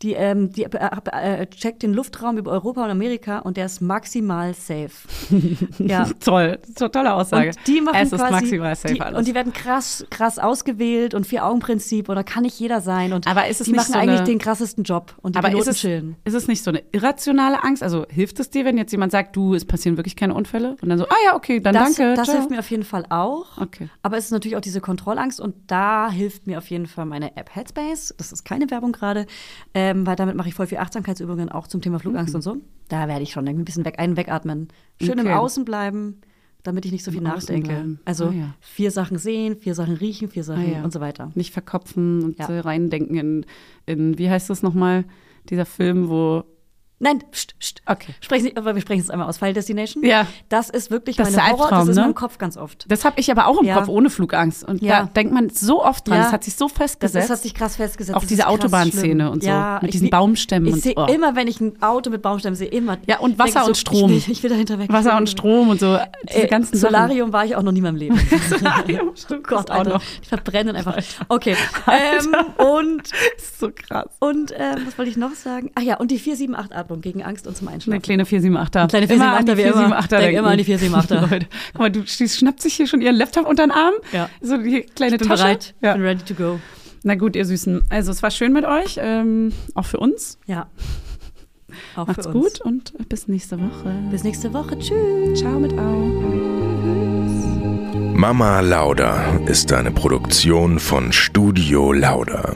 Speaker 1: Die, ähm, die äh, äh, checkt den Luftraum über Europa und Amerika und der ist maximal safe. ja,
Speaker 5: Toll, so eine tolle Aussage.
Speaker 1: und die machen
Speaker 5: es ist
Speaker 1: quasi,
Speaker 5: maximal safe
Speaker 1: die,
Speaker 5: alles.
Speaker 1: Und die werden krass, krass ausgewählt und Vier-Augen-Prinzip oder kann nicht jeder sein. Und
Speaker 5: Aber ist es
Speaker 1: die
Speaker 5: nicht
Speaker 1: machen
Speaker 5: so
Speaker 1: eigentlich
Speaker 5: eine-
Speaker 1: den krassesten Job und die
Speaker 5: aber ist
Speaker 1: Piloten
Speaker 5: es,
Speaker 1: chillen.
Speaker 5: ist es nicht so eine irrationale Angst? Also hilft es dir, wenn jetzt jemand sagt, du, es passieren wirklich keine Unfälle? Und dann so, ah ja, okay, dann
Speaker 1: Das,
Speaker 5: danke.
Speaker 1: das
Speaker 5: ciao.
Speaker 1: hilft mir auf jeden Fall auch.
Speaker 5: Okay.
Speaker 1: Aber es ist natürlich auch diese Kontrollangst und da hilft mir auf jeden Fall meine App Headspace. Das ist keine Werbung gerade, ähm, weil damit mache ich voll viel Achtsamkeitsübungen auch zum Thema Flugangst und so. Da werde ich schon irgendwie ein bisschen weg, ein wegatmen. Schön im
Speaker 5: Mhm. Okay.
Speaker 1: Außen bleiben, damit ich nicht so viel
Speaker 5: Im Außen
Speaker 1: nachdenke.
Speaker 5: bleiben.
Speaker 1: Also
Speaker 5: Ah, ja.
Speaker 1: vier Sachen sehen, vier Sachen riechen, vier Sachen
Speaker 5: Ah, ja.
Speaker 1: und so weiter.
Speaker 5: Nicht verkopfen und
Speaker 1: Ja.
Speaker 5: so reindenken in, in, wie heißt das nochmal, dieser Film, wo.
Speaker 1: Nein, pst, pst.
Speaker 5: Okay.
Speaker 1: Sprechen Sie, aber wir sprechen es einmal aus. Final Destination.
Speaker 5: Ja.
Speaker 1: Das ist wirklich
Speaker 5: Das ist
Speaker 1: meine
Speaker 5: der
Speaker 1: Horror. Das
Speaker 5: Albtraum,
Speaker 1: ist in
Speaker 5: ne?
Speaker 1: meinem Kopf ganz oft.
Speaker 5: Das habe ich aber auch im
Speaker 1: Ja.
Speaker 5: Kopf ohne Flugangst. Und
Speaker 1: Ja.
Speaker 5: da denkt man so oft dran.
Speaker 1: Ja.
Speaker 5: Das hat sich so
Speaker 1: Das,
Speaker 5: festgesetzt.
Speaker 1: ist, hat sich krass festgesetzt.
Speaker 5: Auch
Speaker 1: Das
Speaker 5: diese
Speaker 1: ist krass
Speaker 5: Autobahnszene
Speaker 1: schlimm.
Speaker 5: und so,
Speaker 1: Ja,
Speaker 5: mit
Speaker 1: ich
Speaker 5: diesen
Speaker 1: seh-
Speaker 5: Baumstämmen
Speaker 1: Ich
Speaker 5: und-
Speaker 1: sehe
Speaker 5: oh.
Speaker 1: immer, wenn ich ein Auto mit Baumstämmen sehe, immer.
Speaker 5: Ja, und
Speaker 1: denk
Speaker 5: Wasser
Speaker 1: ich
Speaker 5: und Strom.
Speaker 1: Ich will, ich will dahinter weg.
Speaker 5: Wasser und Strom und so. Diese
Speaker 1: Äh,
Speaker 5: ganzen
Speaker 1: Solarium war ich auch noch nie in meinem Leben.
Speaker 5: Sachen. Solarium, stimmt.
Speaker 1: Gott,
Speaker 5: das auch
Speaker 1: Alter.
Speaker 5: noch.
Speaker 1: Ich verbrenne einfach. Okay. Ähm, und,
Speaker 5: Das ist so krass.
Speaker 1: und ähm, was wollte ich noch sagen? Ach ja, und die 478-Atmung gegen Angst und zum
Speaker 5: Eine
Speaker 1: Einschlafen.
Speaker 5: kleine 478er.
Speaker 1: Eine kleine 478er, wie immer. Denk immer an die 478er.
Speaker 5: Leute, guck mal, du schießt- schnappt sich hier schon ihren Laptop unter den Arm.
Speaker 1: Ja.
Speaker 5: So die kleine
Speaker 1: Ich bin
Speaker 5: Tasche.
Speaker 1: bereit. Ich
Speaker 5: Ja.
Speaker 1: bin ready to go.
Speaker 5: Na gut, ihr Süßen. Also es war schön mit euch, ähm, auch für uns.
Speaker 1: Ja. Auch
Speaker 5: Macht's
Speaker 1: für uns.
Speaker 5: gut und bis nächste Woche.
Speaker 1: Bis nächste Woche. Tschüss.
Speaker 5: Ciao mit Au.
Speaker 3: Mama Lauda ist eine Produktion von Studio Lauda.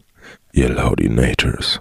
Speaker 3: ihr Laudinators.